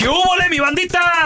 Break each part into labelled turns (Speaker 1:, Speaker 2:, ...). Speaker 1: ¿Qué hubo, le, mi bandita?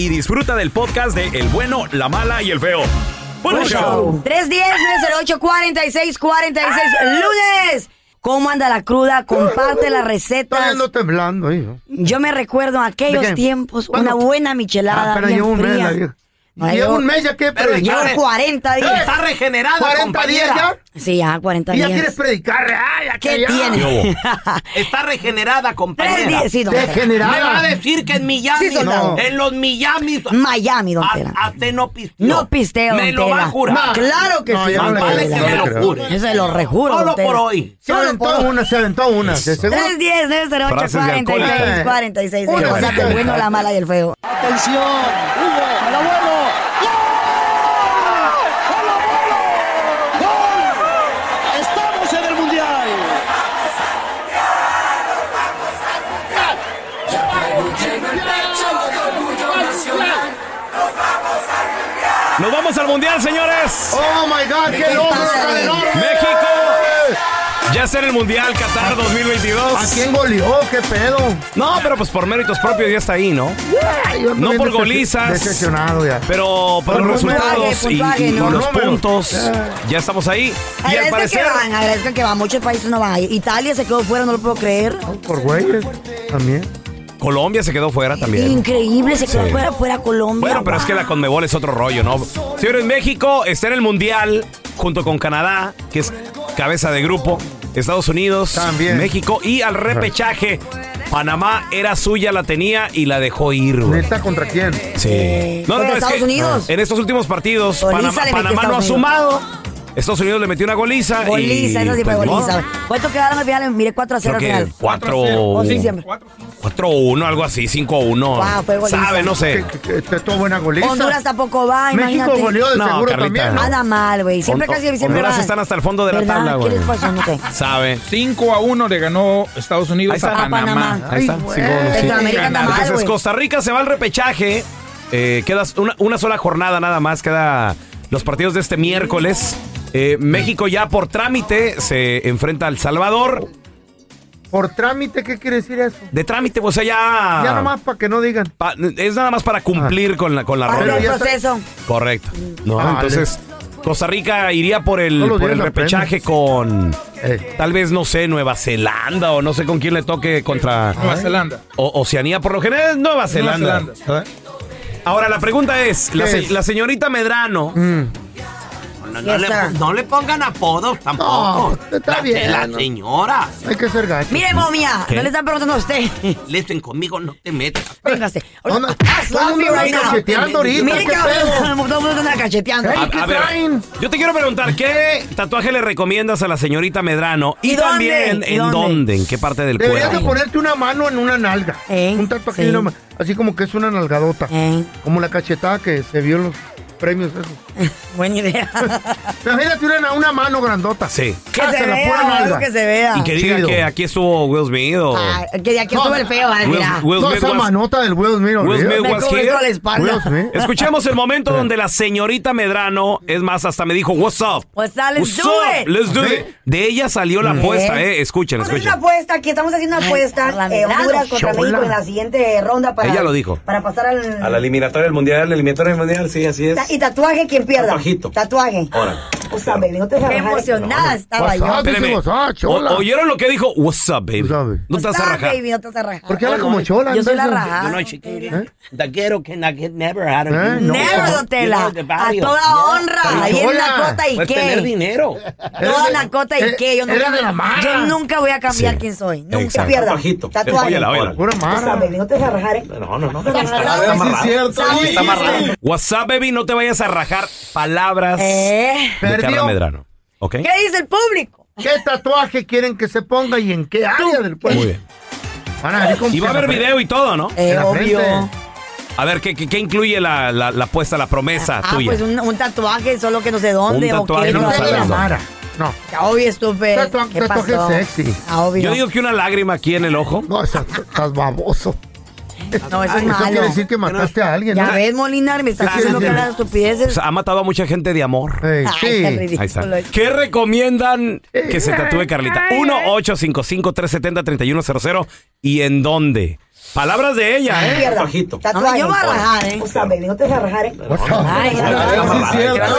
Speaker 1: y disfruta del podcast de El bueno, la mala y el feo. Bueno, show.
Speaker 2: 310-908-4646, lunes. ¿Cómo anda la cruda? Comparte las recetas.
Speaker 3: Ando temblando ahí. ¿no?
Speaker 2: Yo me recuerdo
Speaker 3: ¿De
Speaker 2: aquellos
Speaker 3: qué?
Speaker 2: tiempos,
Speaker 3: ¿Cuándo?
Speaker 2: una buena michelada.
Speaker 3: Ah, pero
Speaker 2: bien
Speaker 3: llevo un mes
Speaker 2: fría.
Speaker 3: la vieja.
Speaker 2: No,
Speaker 3: Llevo
Speaker 2: llevo-
Speaker 3: un mes ya que
Speaker 2: Pero llevo 40 días.
Speaker 3: Está
Speaker 4: regenerada,
Speaker 3: 40 ¿Eh? días ya.
Speaker 2: Sí, ya, 40
Speaker 3: Y ya
Speaker 2: días.
Speaker 3: quieres predicar. Ay, ya
Speaker 2: ¿Qué
Speaker 3: que ya.
Speaker 2: tiene?
Speaker 4: Está regenerada,
Speaker 2: Tres
Speaker 4: compañera.
Speaker 2: días, sí, don Tela.
Speaker 3: Degenerada.
Speaker 4: Me va a decir que en Miami,
Speaker 2: Sí, soldado.
Speaker 4: en los Miami,
Speaker 2: Miami, don
Speaker 4: a-
Speaker 2: Tela.
Speaker 4: hasta no pisteo.
Speaker 2: No pisteo,
Speaker 4: Me lo
Speaker 2: don
Speaker 4: va a
Speaker 2: Tela.
Speaker 4: jurar.
Speaker 2: No, claro que
Speaker 3: No,
Speaker 2: sí.
Speaker 3: yo
Speaker 2: don
Speaker 3: Ah, no le
Speaker 2: Tela.
Speaker 4: vale que
Speaker 3: creo, no
Speaker 4: me
Speaker 3: le
Speaker 4: lo
Speaker 3: creo.
Speaker 4: jure.
Speaker 2: Yo se lo rejuro.
Speaker 4: Solo
Speaker 2: don Tela.
Speaker 4: por hoy.
Speaker 3: Se aventó una, se aventó una. De seguro.
Speaker 2: 310 908
Speaker 5: Frases de
Speaker 2: 46
Speaker 3: alcohol.
Speaker 2: 46
Speaker 3: Una
Speaker 2: O sea,
Speaker 3: frase.
Speaker 2: que el bueno, la mala y el feo.
Speaker 6: ¡Estamos en el Mundial!
Speaker 1: Nos vamos al mundial, señores.
Speaker 3: Oh my God, qué loco,
Speaker 2: pasa?
Speaker 3: cadenón.
Speaker 1: México. Ya está en el mundial Qatar 2022.
Speaker 3: ¿A quién goleó? ¿Qué pedo?
Speaker 1: No, pero pues por méritos propios ya está ahí, ¿no?
Speaker 3: Ay, yo ando
Speaker 1: No
Speaker 3: bien
Speaker 1: por
Speaker 3: decep-
Speaker 1: golizas.
Speaker 3: Decepcionado ya.
Speaker 1: Pero por
Speaker 3: Por
Speaker 1: los
Speaker 3: números.
Speaker 1: resultados y,
Speaker 2: Puntuaje,
Speaker 1: y
Speaker 2: puntuaje, ¿no?
Speaker 1: los
Speaker 3: Por números. Ah.
Speaker 1: puntos, ya estamos ahí. Y al
Speaker 2: Agradezcan que
Speaker 1: parecer,
Speaker 2: van, agradezcan que van. Muchos países no van. Italia se quedó fuera, no lo puedo creer.
Speaker 3: Por güeyes también.
Speaker 1: Colombia se quedó fuera también.
Speaker 2: Increíble, se quedó
Speaker 1: Sí.
Speaker 2: fuera, fuera Colombia.
Speaker 1: Bueno, pero es que la Conmebol es otro rollo, ¿no? Señores, México está en el Mundial junto con Canadá, que es cabeza de grupo, Estados Unidos,
Speaker 3: También.
Speaker 1: México y al repechaje. Panamá era suya, la tenía y la dejó ir. güey.
Speaker 3: ¿Neta contra quién?
Speaker 1: Sí.
Speaker 2: Pero Estados Unidos.
Speaker 1: En estos últimos partidos,
Speaker 2: Goliza
Speaker 1: Panamá,
Speaker 2: le metió
Speaker 1: Panamá no ha
Speaker 2: Estados Unidos.
Speaker 1: sumado. Estados Unidos le metió una goliza.
Speaker 2: Goliza,
Speaker 1: y,
Speaker 2: eso sí fue
Speaker 1: pues, no.
Speaker 2: goliza. ¿Cuánto quedaron al final? Mire, 4 a 0
Speaker 1: Creo
Speaker 2: al
Speaker 1: que
Speaker 2: final.
Speaker 1: 4
Speaker 2: Oh, sí, siempre.
Speaker 1: 4-1, algo así, 5-1.
Speaker 2: Wow, fue goliza.
Speaker 1: Sabe, no sé.
Speaker 3: Que, que, que, que tuvo buena goliza.
Speaker 2: Honduras tampoco va,
Speaker 3: México
Speaker 2: imagínate.
Speaker 3: goleó de
Speaker 1: No,
Speaker 3: seguro
Speaker 1: Carlita,
Speaker 3: también. ¿no?
Speaker 2: Nada mal, güey. Siempre
Speaker 1: Hon-
Speaker 2: casi siempre
Speaker 1: Honduras
Speaker 2: van.
Speaker 1: están hasta el fondo de la
Speaker 2: ¿Verdad?
Speaker 1: tabla, güey.
Speaker 2: ¿Qué les pasó? No sé.
Speaker 1: Sabe.
Speaker 5: 5 a 1 le ganó Estados
Speaker 1: Ahí
Speaker 5: Unidos
Speaker 1: está.
Speaker 5: a
Speaker 1: A
Speaker 5: Panamá.
Speaker 2: Panamá.
Speaker 1: Ahí está.
Speaker 3: Ay, güey.
Speaker 1: cinco a uno, sí.
Speaker 2: Centroamérica anda mal,
Speaker 1: Entonces
Speaker 2: güey.
Speaker 1: Costa Rica se va al repechaje. Eh, queda una, una sola jornada nada más. Queda los partidos de este miércoles. Eh, México ya por trámite se enfrenta al Salvador.
Speaker 3: Por trámite, ¿qué quiere decir eso?
Speaker 1: De trámite, pues
Speaker 4: Ah.
Speaker 1: allá.
Speaker 3: Ya nomás para que no digan.
Speaker 1: pa- es nada más para cumplir con la, con la
Speaker 2: Parte
Speaker 3: Pero
Speaker 1: ronda.
Speaker 2: del
Speaker 3: ya está-
Speaker 2: proceso.
Speaker 1: Correcto. No,
Speaker 3: Dale.
Speaker 1: entonces Costa Rica iría por el,
Speaker 3: Todos
Speaker 1: por
Speaker 3: los días
Speaker 1: el
Speaker 3: la
Speaker 1: repechaje con
Speaker 3: Eh,
Speaker 1: tal vez, no sé, Nueva Zelanda o no sé con quién le toque contra
Speaker 5: Nueva Zelanda.
Speaker 1: O- Oceanía. Por lo general es Nueva
Speaker 5: Nueva
Speaker 1: Zelanda.
Speaker 5: Zelanda.
Speaker 1: Ahora la pregunta es, la,
Speaker 3: ¿Qué
Speaker 1: se-
Speaker 3: es? Mm.
Speaker 1: la señorita Medrano,
Speaker 4: No, no
Speaker 2: Yes, sir.
Speaker 4: le, no le pongan apodos
Speaker 1: Oh,
Speaker 4: tampoco.
Speaker 3: No, está
Speaker 4: La-
Speaker 3: bien,
Speaker 4: La
Speaker 3: no.
Speaker 4: señora.
Speaker 3: hay que ser gacho.
Speaker 2: Mire, momia, no le están preguntando a usted.
Speaker 4: Listen, conmigo no te metas.
Speaker 2: Véngase.
Speaker 3: No, no,
Speaker 2: Ah,
Speaker 3: todo el
Speaker 2: sloppy
Speaker 3: mundo
Speaker 2: right
Speaker 3: anda
Speaker 2: now.
Speaker 3: cacheteando ahorita,
Speaker 2: Mire,
Speaker 3: ¿qué
Speaker 2: cabrón,
Speaker 3: pedo?
Speaker 2: todo el mundo anda cacheteando.
Speaker 3: Ey,
Speaker 1: a-
Speaker 3: ¿qué
Speaker 1: a ver,
Speaker 3: traen?
Speaker 1: yo te quiero preguntar, ¿qué tatuaje le recomiendas a la señorita Medrano? Y,
Speaker 2: ¿Y dónde?
Speaker 1: también,
Speaker 2: ¿Y
Speaker 1: ¿en dónde?
Speaker 2: dónde?
Speaker 1: ¿En qué parte del
Speaker 3: Deberías de
Speaker 1: cuerpo?
Speaker 3: ponerte una mano en una nalga.
Speaker 2: Eh,
Speaker 3: Un tatuaje
Speaker 2: sí.
Speaker 3: nomás, así como que es una nalgadota.
Speaker 2: Eh.
Speaker 3: Como la cachetada que se vio en los premios esos.
Speaker 2: Buena idea.
Speaker 3: Imagínate una, una mano grandota.
Speaker 1: Sí.
Speaker 2: que
Speaker 3: Ah,
Speaker 2: se
Speaker 3: se la
Speaker 2: vea,
Speaker 3: pura
Speaker 2: algo
Speaker 3: nalga.
Speaker 2: que se vea.
Speaker 1: Y que diga
Speaker 3: chido.
Speaker 1: que aquí estuvo Will Smith o...
Speaker 2: Ah, que de aquí
Speaker 3: No,
Speaker 2: estuvo el feo, ah,
Speaker 1: Will-
Speaker 2: mira.
Speaker 1: Will
Speaker 3: no,
Speaker 1: Smith
Speaker 3: esa
Speaker 1: was-
Speaker 3: manota del Will Smith.
Speaker 1: Will
Speaker 3: olvídate.
Speaker 1: Smith
Speaker 2: ¿eh? Me
Speaker 1: was
Speaker 2: cubre
Speaker 1: here.
Speaker 2: toda la espalda.
Speaker 3: Will Smith.
Speaker 1: Escuchemos el momento donde la señorita Medrano, es más, hasta me dijo, what's up?
Speaker 2: What's up, let's do
Speaker 1: up?
Speaker 2: it."
Speaker 1: Let's do
Speaker 3: ¿Sí?
Speaker 1: it. De ella salió la apuesta, eh. Escuchen,
Speaker 7: Estamos haciendo
Speaker 1: escuchen.
Speaker 7: una apuesta aquí, estamos haciendo una
Speaker 2: Ay,
Speaker 7: apuesta.
Speaker 2: Carla
Speaker 7: eh,
Speaker 2: Medrano,
Speaker 7: Honduras contra
Speaker 3: chola.
Speaker 7: México en la siguiente ronda para.
Speaker 1: Ella lo dijo.
Speaker 7: Para pasar al.
Speaker 8: A la eliminatoria del mundial, la eliminatoria del mundial, sí, así
Speaker 7: ta-
Speaker 8: es.
Speaker 7: y tatuaje quien pierda.
Speaker 8: Tatuajito.
Speaker 7: Tatuaje.
Speaker 8: Órale.
Speaker 7: Usa, baby, no te dejes
Speaker 2: Qué
Speaker 7: rajar.
Speaker 2: emocionada estaba
Speaker 3: What's
Speaker 2: yo.
Speaker 3: up?
Speaker 1: Espérame.
Speaker 3: Decimos, ah, chola.
Speaker 1: O- ¿Oyeron lo que dijo? What's up, baby?
Speaker 3: What's up, baby?
Speaker 1: No te vas a
Speaker 2: Está,
Speaker 1: rajar.
Speaker 2: baby, no te vas a rajar.
Speaker 3: ¿Por qué habla como chola?
Speaker 2: Yo soy la
Speaker 3: entonces?
Speaker 2: rajada.
Speaker 4: You know, chiquilla, the ghetto cannot get never out of
Speaker 3: Eh,
Speaker 4: you.
Speaker 3: no.
Speaker 2: Never,
Speaker 3: Yo
Speaker 2: don Tela.
Speaker 4: de
Speaker 2: A
Speaker 4: barrio.
Speaker 2: toda
Speaker 4: No,
Speaker 2: honra. Ahí en
Speaker 3: chola.
Speaker 2: Nacota y
Speaker 4: Puedes pues, tener
Speaker 2: qué.
Speaker 4: dinero.
Speaker 2: Toda Nacota y
Speaker 3: eres- eh,
Speaker 2: qué. Yo
Speaker 3: eres de la
Speaker 2: nunca,
Speaker 3: mala.
Speaker 2: yo nunca voy a cambiar
Speaker 1: Sí.
Speaker 2: quién soy.
Speaker 7: No te
Speaker 1: Exacto.
Speaker 2: Nunca.
Speaker 7: pierdas.
Speaker 8: Tatuajito.
Speaker 7: Tatuaje.
Speaker 1: Óyala, óyala.
Speaker 3: Pura
Speaker 7: Usa,
Speaker 3: mano.
Speaker 7: baby, no te dejes rajar, eh.
Speaker 8: No, no, no.
Speaker 3: Ah, sí, es cierto.
Speaker 2: ¿Sabes?
Speaker 3: Está amarrado.
Speaker 1: What's up, baby? No te vayas a rajar palabras
Speaker 2: ¿Eh?
Speaker 1: de Carla
Speaker 3: Perdió.
Speaker 1: Medrano. ¿Ok?
Speaker 2: ¿Qué dice el público?
Speaker 3: ¿eh? ¿Qué tatuaje quieren que se ponga y en qué área del cuerpo?
Speaker 1: Muy bien.
Speaker 3: Van a venir con-
Speaker 1: Y va a haber video y todo, ¿no?
Speaker 2: Eh,
Speaker 3: En la frente.
Speaker 2: obvio.
Speaker 1: A ver, ¿qué, qué, qué incluye la, la, la apuesta, la promesa
Speaker 2: Ah,
Speaker 1: tuya?
Speaker 2: pues un, un tatuaje, solo que no sé dónde.
Speaker 1: Un
Speaker 2: o
Speaker 1: tatuaje,
Speaker 2: qué,
Speaker 3: No
Speaker 1: no
Speaker 2: sé.
Speaker 3: te
Speaker 1: sabes
Speaker 3: la
Speaker 1: dónde.
Speaker 3: mara. No.
Speaker 2: Obvio, estúpido.
Speaker 3: Tatua-
Speaker 2: ¿Qué
Speaker 3: tatuaje
Speaker 2: pasó?
Speaker 3: sexy.
Speaker 2: Ah, obvio.
Speaker 1: Yo digo que una lágrima aquí en el ojo.
Speaker 3: No, estás, estás baboso.
Speaker 2: no, eso es
Speaker 3: Eso
Speaker 2: malo.
Speaker 3: quiere decir que mataste a alguien.
Speaker 2: Ya
Speaker 3: ¿no?
Speaker 2: ves, Molinar, me estás
Speaker 3: Sí,
Speaker 2: haciendo
Speaker 3: sí, sí.
Speaker 2: que las
Speaker 1: O
Speaker 2: estupideces.
Speaker 1: sea, ha matado a mucha gente de amor.
Speaker 3: Ey,
Speaker 2: Ay,
Speaker 3: sí.
Speaker 2: qué ridículo.
Speaker 1: Ahí está. ¿Qué recomiendan que se tatúe Carlita? 1-855-370-3100. ¿Y en dónde? Palabras de
Speaker 7: No te
Speaker 1: ella, ¿eh?
Speaker 7: pierdas.
Speaker 8: Tatuajito.
Speaker 7: Tatuaje.
Speaker 2: No, yo voy a rajar, eh.
Speaker 7: Usa, baby, no te dejes rajar, eh.
Speaker 2: Ay,
Speaker 3: sí, es cierto.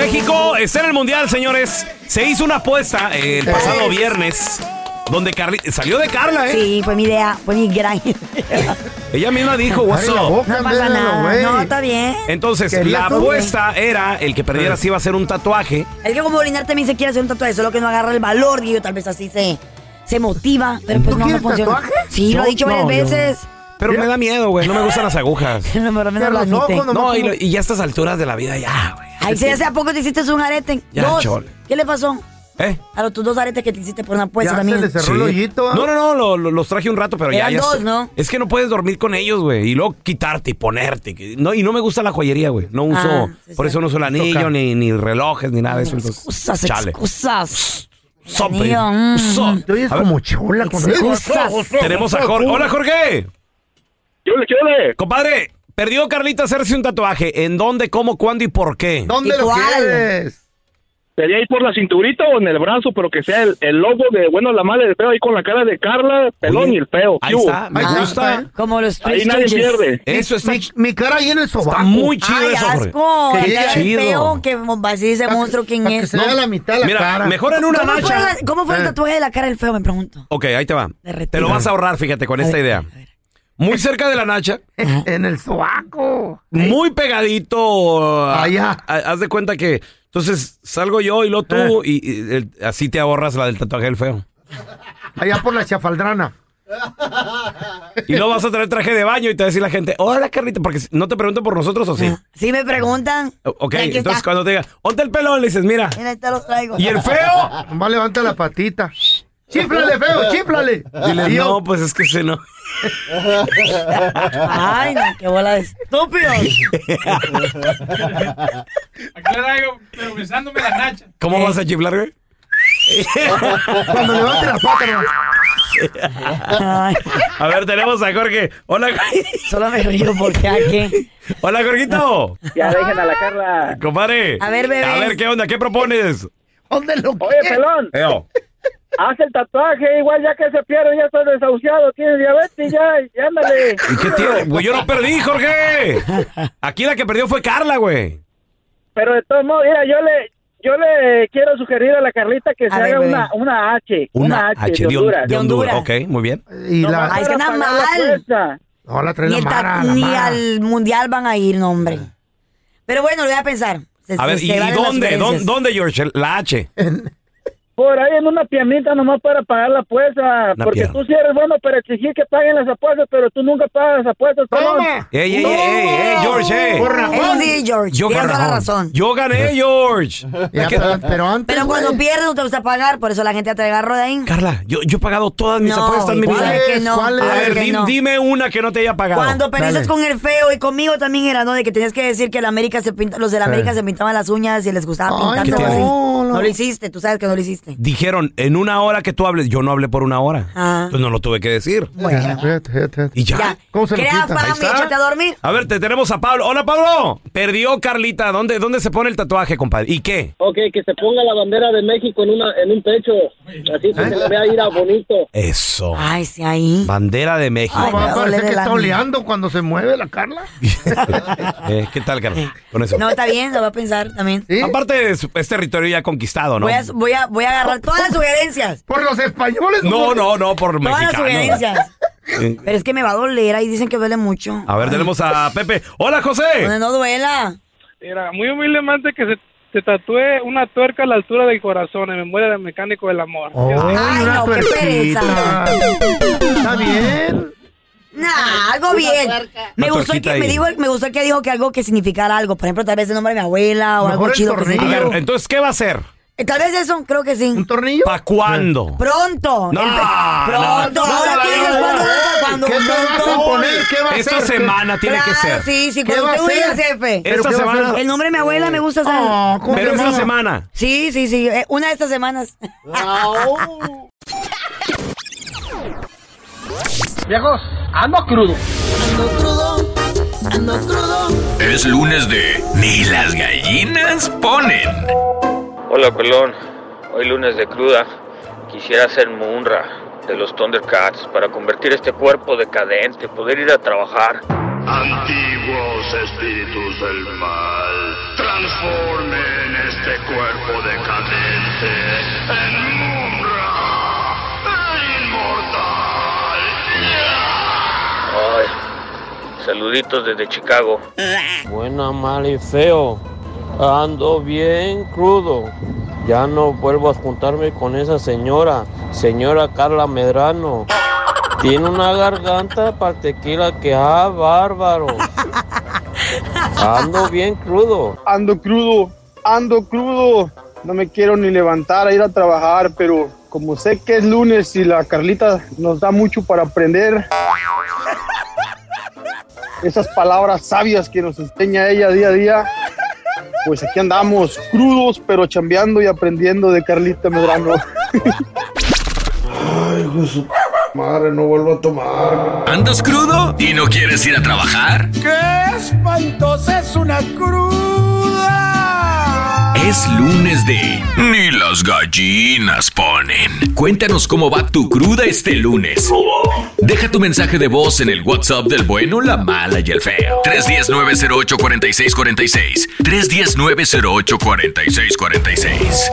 Speaker 1: México está en el Mundial, señores. Se hizo una apuesta eh, el pasado viernes donde Carli- salió de Carla, ¿eh?
Speaker 2: Sí, fue mi idea, fue mi gran idea.
Speaker 1: Ella misma dijo,
Speaker 3: Abre
Speaker 1: what's
Speaker 3: la
Speaker 1: up?".
Speaker 3: boca,
Speaker 2: No pasa
Speaker 3: déjalo,
Speaker 2: nada.
Speaker 3: güey.
Speaker 2: No, está bien.
Speaker 1: Entonces,
Speaker 3: Quería
Speaker 1: la
Speaker 3: todo.
Speaker 1: apuesta era el que perdiera si iba a hacer un tatuaje.
Speaker 2: Es que como Molinar también se quiere hacer un tatuaje, solo que no agarra el valor, digo, tal vez así se, se motiva, pero pues
Speaker 3: ¿Tú
Speaker 2: no, no
Speaker 3: quieres
Speaker 2: funciona.
Speaker 3: tatuaje?
Speaker 2: Sí, lo
Speaker 3: Yo-
Speaker 2: he dicho
Speaker 3: no,
Speaker 2: varias
Speaker 3: yo-
Speaker 2: veces.
Speaker 1: Pero me da miedo, güey. No me gustan las agujas.
Speaker 2: Pero me
Speaker 3: Pero los
Speaker 2: lo admite.
Speaker 3: ojos no-
Speaker 1: No, y, lo- y ya a estas alturas de la vida, ya, güey.
Speaker 2: Ay, si hace a poco te hiciste un arete.
Speaker 1: Ya,
Speaker 2: dos.
Speaker 1: chole.
Speaker 2: ¿Qué le pasó?
Speaker 1: ¿Eh?
Speaker 2: A los tus dos aretes que te hiciste por una apuesta
Speaker 3: Ya
Speaker 2: Pues también.
Speaker 3: se le cerró el hoyito. ¿ah?
Speaker 1: No, no, no, lo- lo- los traje un rato, pero ya.
Speaker 2: Eran
Speaker 1: ya
Speaker 2: dos,
Speaker 1: estoy-
Speaker 2: ¿no?
Speaker 1: Es que no puedes dormir con ellos, güey. Y luego quitarte y ponerte. que- No, y no me gusta la joyería, güey. No uso.
Speaker 2: Ah, sí,
Speaker 1: por
Speaker 2: sí.
Speaker 1: eso no uso el anillo, ni, ni relojes, ni nada de eso. Entonces,
Speaker 2: Excusas,
Speaker 1: chale.
Speaker 2: excusas.
Speaker 1: Sope.
Speaker 2: Anillo, mm.
Speaker 1: Sope.
Speaker 3: Te oyes
Speaker 1: A ver,
Speaker 3: como chola con eso.
Speaker 2: Excusas.
Speaker 1: Tenemos a Jorge. Hola, Jorge. Compadre, perdió Carlita hacerse un tatuaje. ¿En dónde, cómo, cuándo y por qué?
Speaker 3: ¿Dónde
Speaker 2: ¿Y
Speaker 3: lo
Speaker 2: cuál?
Speaker 3: quieres?
Speaker 6: Sería ir por la cinturita o en el brazo, pero que sea el, el logo de, bueno, la madre del feo ahí con la cara de Carla, el pelón
Speaker 1: Oye,
Speaker 6: y el feo.
Speaker 1: Ahí
Speaker 6: ¿Qué hubo?
Speaker 1: está, me
Speaker 3: Ah,
Speaker 1: gusta.
Speaker 3: está.
Speaker 2: Como los
Speaker 6: Ahí
Speaker 2: Three
Speaker 6: nadie
Speaker 2: Stooges.
Speaker 6: pierde.
Speaker 1: Eso está,
Speaker 3: Mi, mi cara ahí en el sobaco.
Speaker 1: está muy chido
Speaker 2: Ay,
Speaker 1: eso, Jorge.
Speaker 2: asco.
Speaker 3: Qué
Speaker 2: Acá el
Speaker 1: chido.
Speaker 2: feo que así ese
Speaker 3: Para que-
Speaker 2: monstruo quién
Speaker 3: para que
Speaker 2: es.
Speaker 3: se vea la mitad de la
Speaker 1: Mira,
Speaker 3: cara.
Speaker 1: mejor en una
Speaker 2: ¿Cómo fue,
Speaker 1: nacha.
Speaker 2: la- cómo fue el
Speaker 3: Eh.
Speaker 2: tatuaje de la cara del feo? Me pregunto.
Speaker 1: Ok, ahí te va.
Speaker 2: Derretido.
Speaker 1: Te lo vas a ahorrar, fíjate, con
Speaker 2: A
Speaker 1: esta
Speaker 2: ver,
Speaker 1: idea.
Speaker 2: a ver.
Speaker 1: Muy cerca de la nacha,
Speaker 3: En el sobaco.
Speaker 1: muy pegadito. a-
Speaker 3: Allá.
Speaker 1: a- Haz de cuenta que. Entonces salgo yo y lo tú, y, y, el- así te ahorras la del tatuaje del feo.
Speaker 3: Allá por la chafaldrana.
Speaker 1: Y luego vas a traer traje de baño y te va a decir la gente, hola Carlita, porque no te pregunto por nosotros o sí.
Speaker 2: Sí, me preguntan.
Speaker 1: O- Oh, Ok,
Speaker 2: Aquí
Speaker 1: entonces
Speaker 2: está.
Speaker 1: cuando te diga, ponte el pelón, le dices, mira.
Speaker 2: Mira, ahí te los traigo.
Speaker 1: ¿Y el feo?
Speaker 3: Va, levanta la patita. Chíflale, feo, chíflale.
Speaker 1: Dile,
Speaker 3: Y yo,
Speaker 1: no, pues es que se no.
Speaker 2: Ay, no, qué bola de estúpidos.
Speaker 5: pero besándome la nacha.
Speaker 1: ¿Cómo vas a chiflar, güey?
Speaker 3: Eh. Cuando levante la pata, no.
Speaker 2: Ay,
Speaker 1: A ver, tenemos a Jorge. Hola,
Speaker 2: solo me río porque aquí.
Speaker 1: hola Jorgito.
Speaker 6: Ya dejen a la Carla.
Speaker 1: Compadre.
Speaker 2: A ver, bebé.
Speaker 1: A ver, ¿qué onda? ¿Qué propones?
Speaker 3: ¿Dónde lo
Speaker 6: Oye,
Speaker 3: quieres?
Speaker 6: pelón,
Speaker 1: Eo.
Speaker 6: haz el tatuaje, igual ya que se pierde, ya estás desahuciado, tienes diabetes, ya, y ándale.
Speaker 1: ¿Y qué tiene? Güey, yo no perdí, Jorge. Aquí la que perdió fue Carla, güey.
Speaker 6: Pero de todos modos, mira, yo le, yo le quiero sugerir a la Carlita que se
Speaker 2: ver,
Speaker 6: haga
Speaker 2: bebé.
Speaker 6: una, una H, una, H, de
Speaker 1: Hon-
Speaker 6: Honduras.
Speaker 1: de Honduras.
Speaker 2: Honduras.
Speaker 1: Ok, muy bien.
Speaker 3: Y
Speaker 6: No
Speaker 3: la.
Speaker 6: más
Speaker 2: Ay, es que
Speaker 6: para
Speaker 2: anda
Speaker 6: pagar la
Speaker 2: mal.
Speaker 6: cuesta.
Speaker 3: No, la trae
Speaker 2: Ni,
Speaker 3: la
Speaker 2: el ta-
Speaker 3: mara, la
Speaker 2: ni
Speaker 3: mara. Eh.
Speaker 2: al mundial van a ir, no, hombre. Pero bueno, lo voy a pensar. Se-
Speaker 1: A ver,
Speaker 2: se-
Speaker 1: ¿y,
Speaker 2: se
Speaker 1: y
Speaker 2: valen las
Speaker 1: dónde? ¿Dó-
Speaker 2: sugerencias.
Speaker 1: ¿Dónde, George? La H.
Speaker 9: por ahí en una piernita nomás para pagar la apuesta.
Speaker 1: Una
Speaker 9: porque
Speaker 1: pierna.
Speaker 9: tú sí eres bueno para exigir que paguen las apuestas, pero tú nunca pagas las apuestas. ¡Toma!
Speaker 1: ¡Ey, ey, ey, ey, ey, George! ey.
Speaker 2: Eso sí, George.
Speaker 1: Yo
Speaker 2: tienes
Speaker 1: gané.
Speaker 2: toda la razón.
Speaker 1: Yo gané, George.
Speaker 3: Ya,
Speaker 1: ¿Qué-
Speaker 3: pero- pero antes,
Speaker 2: Pero cuando pierdes no te gusta pagar, por eso la gente te agarró de ahí.
Speaker 1: Carla, yo, yo he pagado todas mis
Speaker 2: No,
Speaker 1: apuestas en mi
Speaker 2: ¿cuál
Speaker 1: vida.
Speaker 2: es? Que no, ¿cuál
Speaker 1: A
Speaker 2: es?
Speaker 1: ver,
Speaker 2: que
Speaker 1: dim-
Speaker 2: no.
Speaker 1: dime una que no te haya pagado.
Speaker 2: Cuando peleas con el feo y conmigo también era, ¿no? De que tenías que decir que el América se pinta- los del
Speaker 1: Sí.
Speaker 2: América se pintaban las uñas y les gustaba
Speaker 1: Ay,
Speaker 2: pintarse
Speaker 1: ¿qué
Speaker 2: así.
Speaker 1: tiene?
Speaker 2: No, lo hiciste, tú sabes que no lo hiciste.
Speaker 1: Dijeron, en una hora que tú hables, yo no hablé por una hora.
Speaker 2: Ah.
Speaker 1: Entonces no lo tuve que decir. Y ya.
Speaker 2: Crea fama y échate a dormir.
Speaker 1: A ver, te tenemos a Pablo. Hola, Pablo. Perdió Carlita. ¿Dónde, ¿Dónde se pone el tatuaje, compadre? ¿Y qué?
Speaker 9: Ok, que se ponga la bandera de México en, una, en un pecho. Así que se le vea ir a bonito.
Speaker 1: Eso.
Speaker 2: Ay, sí, ahí.
Speaker 1: Bandera de México.
Speaker 3: Ay, me duele de la
Speaker 2: está
Speaker 3: oleando cuando se mueve la Carla.
Speaker 1: Eh, ¿Qué tal, Carla? Con eso.
Speaker 2: No, está bien, lo voy a pensar también.
Speaker 1: Aparte, es, es territorio ya conquistado, ¿no?
Speaker 2: Voy, a, voy, a, voy a agarrar todas las sugerencias.
Speaker 3: Por los españoles.
Speaker 1: No, no, no, por
Speaker 2: Todas las
Speaker 1: mexicanos.
Speaker 2: sugerencias.
Speaker 1: Sí.
Speaker 2: Pero es que me va a doler, ahí dicen que duele mucho.
Speaker 1: A ver, tenemos a Pepe. Hola,
Speaker 2: Donde
Speaker 1: José.
Speaker 2: no duela.
Speaker 5: Mira, muy humildemente que se, se tatúe una tuerca a la altura del corazón, en memoria del mecánico del amor.
Speaker 3: Ay, Oh, una no, qué tuerquita.
Speaker 2: Está
Speaker 3: bien.
Speaker 2: Nah, algo bien. Me
Speaker 1: Una
Speaker 2: gustó, el
Speaker 1: tuerquita
Speaker 2: que, me,
Speaker 1: ahí.
Speaker 2: dijo, me gustó el que dijo que algo que significara algo. Por ejemplo, tal vez el nombre de mi abuela o algo chido que
Speaker 1: A
Speaker 2: significara.
Speaker 1: ver, entonces, ¿qué va a hacer?
Speaker 2: Eh, Tal vez eso, creo que sí. ¿Un
Speaker 3: tornillo?
Speaker 1: ¿Para cuándo?
Speaker 2: Pronto.
Speaker 1: No,
Speaker 2: Empe-
Speaker 1: no,
Speaker 2: pronto.
Speaker 1: no, no,
Speaker 2: Ahora
Speaker 1: no, no,
Speaker 2: tú dices
Speaker 1: no,
Speaker 2: cuándo,
Speaker 1: no.
Speaker 2: cuándo,
Speaker 1: ¿Qué te
Speaker 2: cuándo.
Speaker 1: vas a poner? ¿Qué va a Esta hacer? semana tiene que
Speaker 2: Claro,
Speaker 1: ser.
Speaker 2: Sí, sí,
Speaker 1: ¿Qué
Speaker 2: cuando
Speaker 1: va a
Speaker 2: tú
Speaker 1: hacer?
Speaker 2: digas, jefe.
Speaker 1: ¿Pero Esta qué va a semana- hacer?
Speaker 2: El nombre de mi abuela me gusta saber.
Speaker 1: Oh, ¿cómo Pero se esta llama? semana.
Speaker 2: Sí, sí, sí. eh, Una de estas semanas.
Speaker 3: Viejos, ando crudo.
Speaker 2: Ando crudo. Ando crudo.
Speaker 10: Es lunes de Ni las gallinas ponen.
Speaker 11: Hola, pelón. Hoy lunes de cruda. Quisiera ser Munra de los Thundercats para convertir este cuerpo decadente, poder ir a trabajar.
Speaker 12: Antiguos espíritus del mal, transformen este cuerpo decadente en Mumra inmortal.
Speaker 11: Ay, saluditos desde Chicago.
Speaker 13: Buena, mal y feo. Ando bien crudo. Ya no vuelvo a juntarme con esa señora, señora Carla Medrano. Tiene una garganta para tequila que ah, bárbaro. Ando bien crudo.
Speaker 14: Ando crudo, ando crudo. No me quiero ni levantar a ir a trabajar, pero como sé que es lunes y la Carlita nos da mucho para aprender, esas palabras sabias que nos enseña ella día a día, pues aquí andamos, crudos, pero chambeando y aprendiendo de Carlita Medrano.
Speaker 8: Ay, hijo de su madre, no vuelvo a tomar.
Speaker 10: ¿Andas crudo y no quieres ir a trabajar?
Speaker 15: ¡Qué espantosa es una cruda!
Speaker 10: Es lunes de Ni las gallinas ponen. Cuéntanos cómo va tu cruda este lunes. Deja tu mensaje de voz en el WhatsApp del bueno, la mala y el feo. 319-08-4646. 319-08-4646.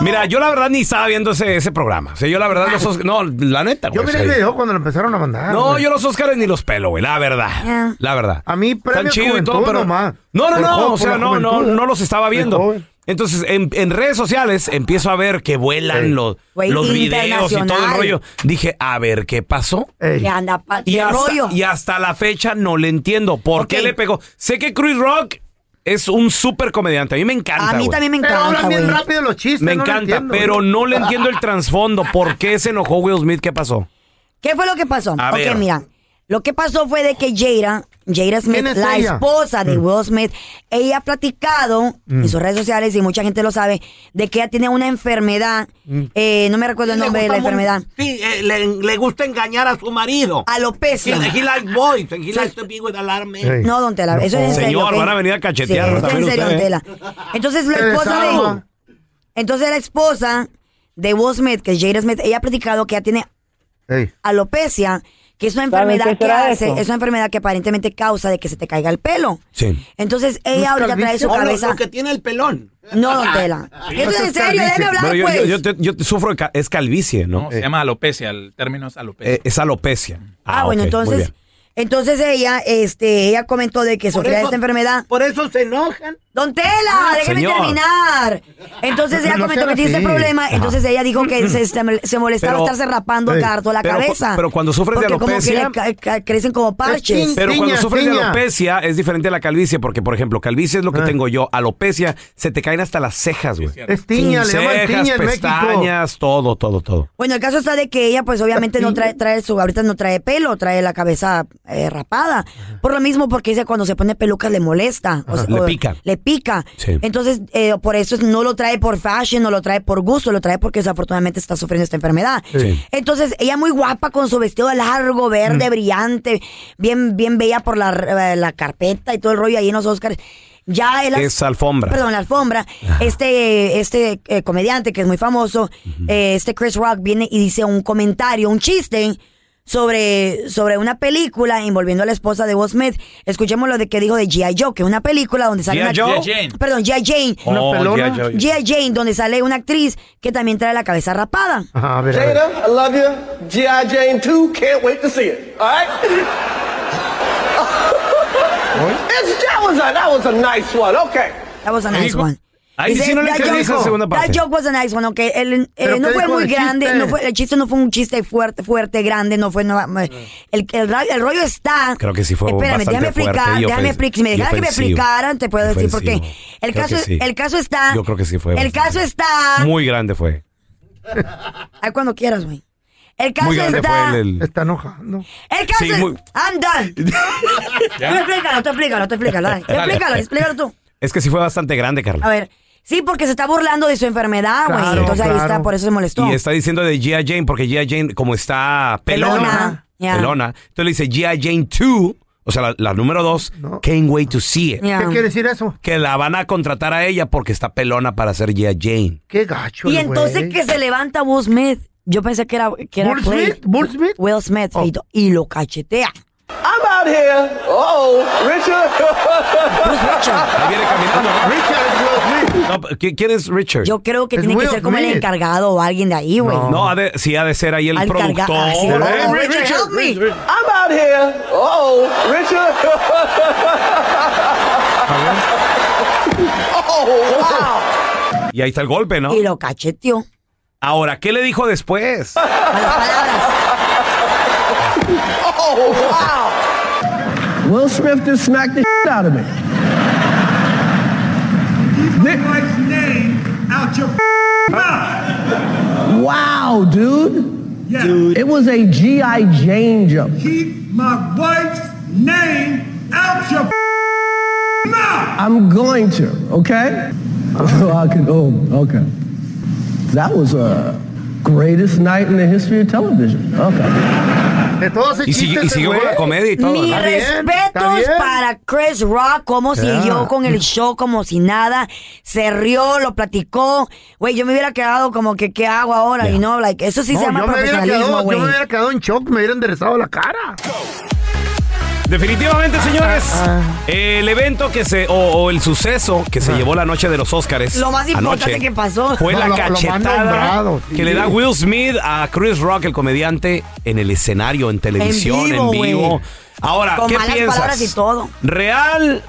Speaker 1: Mira, yo la verdad ni estaba viendo ese, ese programa. O sea, yo la verdad
Speaker 2: Ah.
Speaker 1: los Oscars. No, la neta,
Speaker 3: Yo
Speaker 1: güey.
Speaker 3: miré
Speaker 1: o
Speaker 3: el
Speaker 1: sea,
Speaker 3: video cuando lo empezaron a mandar.
Speaker 1: Pues No,
Speaker 3: Ah, güey.
Speaker 1: yo los Oscars ni los pelo, güey. La verdad.
Speaker 3: Yeah.
Speaker 1: La verdad.
Speaker 3: A mí
Speaker 1: Tan
Speaker 3: premio
Speaker 1: chido y todo,
Speaker 3: Juventud
Speaker 1: pero.
Speaker 3: nomás.
Speaker 1: No, no,
Speaker 3: Por
Speaker 1: no.
Speaker 3: jo-
Speaker 1: O
Speaker 3: por
Speaker 1: sea,
Speaker 3: la
Speaker 1: no, no,
Speaker 3: juventud.
Speaker 1: no los estaba
Speaker 3: De
Speaker 1: viendo.
Speaker 3: joven.
Speaker 1: Entonces, en, en redes sociales empiezo a ver que vuelan
Speaker 3: Ey.
Speaker 1: los,
Speaker 2: Güey,
Speaker 1: los videos y todo el
Speaker 2: internacional.
Speaker 1: rollo. Dije, a ver qué pasó.
Speaker 2: Que anda pa'
Speaker 1: Y
Speaker 2: qué
Speaker 1: hasta,
Speaker 2: rollo.
Speaker 1: y hasta la fecha no le entiendo por qué le pegó. Sé que Chris Rock es un súper comediante. A mí me encanta.
Speaker 2: A mí
Speaker 1: güey.
Speaker 2: también me
Speaker 3: Pero
Speaker 2: encanta,
Speaker 3: hablan bien
Speaker 2: güey.
Speaker 3: rápido los chistes.
Speaker 1: Me
Speaker 3: no lo
Speaker 1: encanta,
Speaker 3: entiendo.
Speaker 1: pero no le entiendo el trasfondo. ¿Por qué se enojó Will Smith? ¿Qué pasó?
Speaker 2: ¿Qué fue lo que pasó?
Speaker 1: A
Speaker 2: ok,
Speaker 1: ver.
Speaker 2: mira. Lo que pasó fue de que Jada, Jada Smith,
Speaker 3: ¿Quién es
Speaker 2: la
Speaker 3: ella?
Speaker 2: esposa de Will Smith, ella ha platicado
Speaker 3: Mm.
Speaker 2: en sus redes sociales, y mucha gente lo sabe, de que ella tiene una enfermedad.
Speaker 4: Mm.
Speaker 2: eh, no me recuerdo el
Speaker 4: Le
Speaker 2: nombre de
Speaker 4: gusta
Speaker 2: la
Speaker 4: mu-
Speaker 2: enfermedad.
Speaker 4: Sí, eh, le, le gusta engañar a su marido.
Speaker 2: Alopecia.
Speaker 4: He, he likes boys and he likes to be with a lot of men.
Speaker 2: Ey. No, don Tela, eso es en serio,
Speaker 1: Señor,
Speaker 2: ¿ok?
Speaker 1: van a venir a cachetear
Speaker 2: Sí,
Speaker 1: también ¿eh?
Speaker 2: en serio,
Speaker 1: ustedes.
Speaker 2: don Tela. Entonces la
Speaker 3: Qué
Speaker 2: esposa de...
Speaker 3: desagua.
Speaker 2: Entonces la esposa de Will Smith, que es Jada Smith, ella ha platicado que ella tiene
Speaker 3: Ey.
Speaker 2: alopecia, que es una
Speaker 3: ¿Saben
Speaker 2: enfermedad
Speaker 3: qué
Speaker 2: que
Speaker 3: será
Speaker 2: hace,
Speaker 3: eso?
Speaker 2: es una enfermedad que aparentemente causa de que se te caiga el pelo.
Speaker 1: Sí.
Speaker 2: Entonces ella ahorita trae su
Speaker 4: No, lo-
Speaker 2: cabeza.
Speaker 4: Lo, que tiene el pelón.
Speaker 2: No, don Tela. Eso es en serio, déjame hablar,
Speaker 1: Bueno, yo,
Speaker 2: pues.
Speaker 1: yo- yo te- yo te sufro de ca- es calvicie, ¿no?
Speaker 16: No, se llama alopecia, el término es alopecia.
Speaker 1: Eh, es alopecia.
Speaker 2: Ah, bueno,
Speaker 1: ok, muy
Speaker 2: entonces,
Speaker 1: bien.
Speaker 2: entonces ella, este, ella comentó de que sufría de
Speaker 4: eso-
Speaker 2: esta enfermedad.
Speaker 4: Por eso se enojan. Ah,
Speaker 2: Don Tela, déjeme
Speaker 1: señor.
Speaker 2: terminar. Entonces ella
Speaker 1: No
Speaker 2: comentó
Speaker 1: sean
Speaker 2: que tiene ese
Speaker 1: así.
Speaker 2: problema.
Speaker 1: Ajá.
Speaker 2: Entonces ella dijo que se, este, se molestaba
Speaker 1: Pero-
Speaker 2: estarse rapando
Speaker 1: Ey.
Speaker 2: a harto la
Speaker 1: Pero cu-
Speaker 2: cabeza.
Speaker 1: pero cuando sufres de
Speaker 2: Porque
Speaker 1: alopecia-
Speaker 2: Como que le ca- ca- crecen como parches.
Speaker 1: Pero cuando sufres de alopecia es diferente a la calvicie, porque por ejemplo, calvicie
Speaker 4: Ah.
Speaker 1: es lo que tengo yo, alopecia se te caen hasta las cejas, güey.
Speaker 3: Es tiña, le llaman
Speaker 1: cejas,
Speaker 3: tiña en México.
Speaker 1: pestañas, todo, todo, todo.
Speaker 2: Bueno, el caso está de que ella, pues obviamente no trae, trae su, ahorita no trae pelo, trae la cabeza eh, rapada. Por lo mismo, porque dice cuando se pone peluca le molesta. o
Speaker 1: Ajá.
Speaker 2: sea,
Speaker 1: Le
Speaker 2: o-
Speaker 1: pica.
Speaker 2: Le pica.
Speaker 1: Sí.
Speaker 2: Entonces, eh, por eso es- no lo trae por fashion, no lo trae por gusto, lo trae porque desafortunadamente está sufriendo esta enfermedad.
Speaker 1: Sí.
Speaker 2: Entonces, ella muy guapa con su vestido largo,
Speaker 1: Mm.
Speaker 2: verde, brillante, bien, bien bella por la, eh, la carpeta y todo el rollo ahí en los Oscars. Ya él
Speaker 1: Es alfombra.
Speaker 2: Perdón, la alfombra. Este, este eh, comediante que es muy famoso, eh, este Chris Rock, viene y dice un comentario, un chiste sobre, sobre una película envolviendo a la esposa de Will Smith. Escuchemos lo de que dijo de G.I. Joe, que es una película donde sale
Speaker 3: G.I.
Speaker 2: una...
Speaker 3: Joe? G.I. Jane.
Speaker 2: Perdón, G.I. Jane.
Speaker 3: Una Oh, pelona. G.I. Joe.
Speaker 2: G.I. Jane, donde sale una actriz que también trae la cabeza rapada.
Speaker 3: Ajá, a ver, a ver.
Speaker 17: Jada, I love you. G.I. Jane 2, can't wait to see it. All right? It's, that, was a, that was a nice one. Okay.
Speaker 2: That was a nice
Speaker 17: Dijo-
Speaker 2: one.
Speaker 17: Ahí sí no le
Speaker 2: "That
Speaker 17: entendí esa
Speaker 2: joke-
Speaker 17: segunda parte".
Speaker 2: That joke was a nice one, aunque él, él,
Speaker 17: ¿Pero
Speaker 2: no
Speaker 17: qué
Speaker 2: fue
Speaker 17: dijo
Speaker 2: muy
Speaker 17: del
Speaker 2: grande,
Speaker 17: chiste?
Speaker 2: no fue, el chiste no fue un chiste fuerte, fuerte, grande, no fue nada.
Speaker 17: Mm.
Speaker 2: El, el, ra- el rollo está.
Speaker 1: Creo que sí fue
Speaker 2: Espérame,
Speaker 1: bastante
Speaker 2: déjame
Speaker 1: fuerte
Speaker 2: explicar,
Speaker 1: y
Speaker 2: déjame
Speaker 1: ofens-
Speaker 2: explicar. Si me
Speaker 1: y
Speaker 2: dejara que me
Speaker 1: ofensivo.
Speaker 2: explicaran, te puedo decir porque
Speaker 1: Ofensivo.
Speaker 2: el
Speaker 1: Creo
Speaker 2: caso,
Speaker 1: que sí.
Speaker 2: el caso está.
Speaker 1: Yo creo que sí fue
Speaker 2: El
Speaker 1: bastante.
Speaker 2: caso está.
Speaker 1: Muy grande fue.
Speaker 2: Ay, cuando quieras, güey. El caso
Speaker 1: Muy grande
Speaker 2: está.
Speaker 1: fue el,
Speaker 3: Está enojando.
Speaker 2: El caso
Speaker 1: Sí,
Speaker 2: es-
Speaker 1: muy-
Speaker 2: I'm done.
Speaker 1: Ya.
Speaker 2: Tú explícalo, tú explícalo, tú explícalo. dale. Tú
Speaker 1: Dale.
Speaker 2: explícalo, explícalo tú.
Speaker 1: Es que sí fue bastante grande, Carla.
Speaker 2: A ver. Sí, porque se está burlando de su enfermedad, güey.
Speaker 1: Claro,
Speaker 2: Entonces ahí
Speaker 1: claro.
Speaker 2: está, por eso se molestó.
Speaker 1: Y está diciendo de Gia Jane, porque Gia Jane, como está pelona,
Speaker 2: Pelona, ya.
Speaker 1: pelona, entonces le dice Gia Jane 2, o sea, la, la número 2, can't wait to see it.
Speaker 3: ¿Qué quiere decir eso?
Speaker 1: Que la van a contratar a ella porque está pelona para ser Gia Jane.
Speaker 3: Qué gacho.
Speaker 2: Y
Speaker 3: el
Speaker 2: entonces
Speaker 3: güey.
Speaker 2: que se levanta Will Smith. Yo pensé que era, que era
Speaker 3: ¿Will
Speaker 2: play.
Speaker 3: Smith? ¿Will Smith? Oh.
Speaker 2: Will Smith. feito. Y lo cachetea.
Speaker 17: I'm out here. Oh, Richard.
Speaker 2: Who's Richard?
Speaker 1: Ahí viene caminando, ¿no? No, ¿qui- ¿Quién es Richard?
Speaker 2: Yo creo que
Speaker 1: Es
Speaker 2: tiene
Speaker 1: Will
Speaker 2: que ser como el
Speaker 1: Smith.
Speaker 2: encargado o alguien de ahí, güey.
Speaker 1: No, ha de- sí ha de ser ahí el
Speaker 2: Al carga-
Speaker 1: productor.
Speaker 2: ah, sí,
Speaker 1: ¿eh?
Speaker 2: oh,
Speaker 1: Ri-
Speaker 2: Richard, help me.
Speaker 17: I'm out here. Oh, Richard. oh, wow. Oh,
Speaker 1: Y ahí está el golpe, ¿no?
Speaker 2: Y lo cacheteó.
Speaker 1: Ahora, ¿qué le dijo después?
Speaker 17: Oh, wow. Will Smith just smacked the shit out of me. Keep my wife's name out your mouth. Wow, dude. Dude. It was a G.I. Jane jump. Keep my wife's name out your mouth. I'm going to, okay? I can, oh, okay. That was a greatest night in the history of television. Okay.
Speaker 3: De todos
Speaker 1: Y sigue- y siguió con la comedia y todo.
Speaker 2: Mis
Speaker 1: Está bien,
Speaker 3: está
Speaker 2: respetos
Speaker 3: bien.
Speaker 2: para Chris Rock, cómo
Speaker 1: Ya.
Speaker 2: siguió con el show como si nada, se rió, lo platicó, güey, yo me hubiera quedado como que, ¿qué hago ahora? Y no, like, eso sí
Speaker 3: No,
Speaker 2: se llama
Speaker 3: yo me hubiera
Speaker 2: profesionalismo,
Speaker 3: quedado-
Speaker 2: güey.
Speaker 3: Yo me hubiera quedado en shock, me hubiera enderezado la cara.
Speaker 1: Definitivamente, señores,
Speaker 2: Ah,
Speaker 1: el evento que se, o, o el suceso que se llevó la noche de los Óscares.
Speaker 2: Lo más importante
Speaker 1: anoche,
Speaker 2: que pasó.
Speaker 1: Fue la
Speaker 2: No, lo- lo más
Speaker 1: cachetada
Speaker 2: nombrado, sí.
Speaker 1: que le da Will Smith a Chris Rock, el comediante, en el escenario, en televisión, en
Speaker 2: vivo,
Speaker 1: vivo.
Speaker 2: güey.
Speaker 1: Ahora,
Speaker 2: Con
Speaker 1: ¿qué
Speaker 2: malas
Speaker 1: piensas?
Speaker 2: palabras y todo.
Speaker 1: ¿Real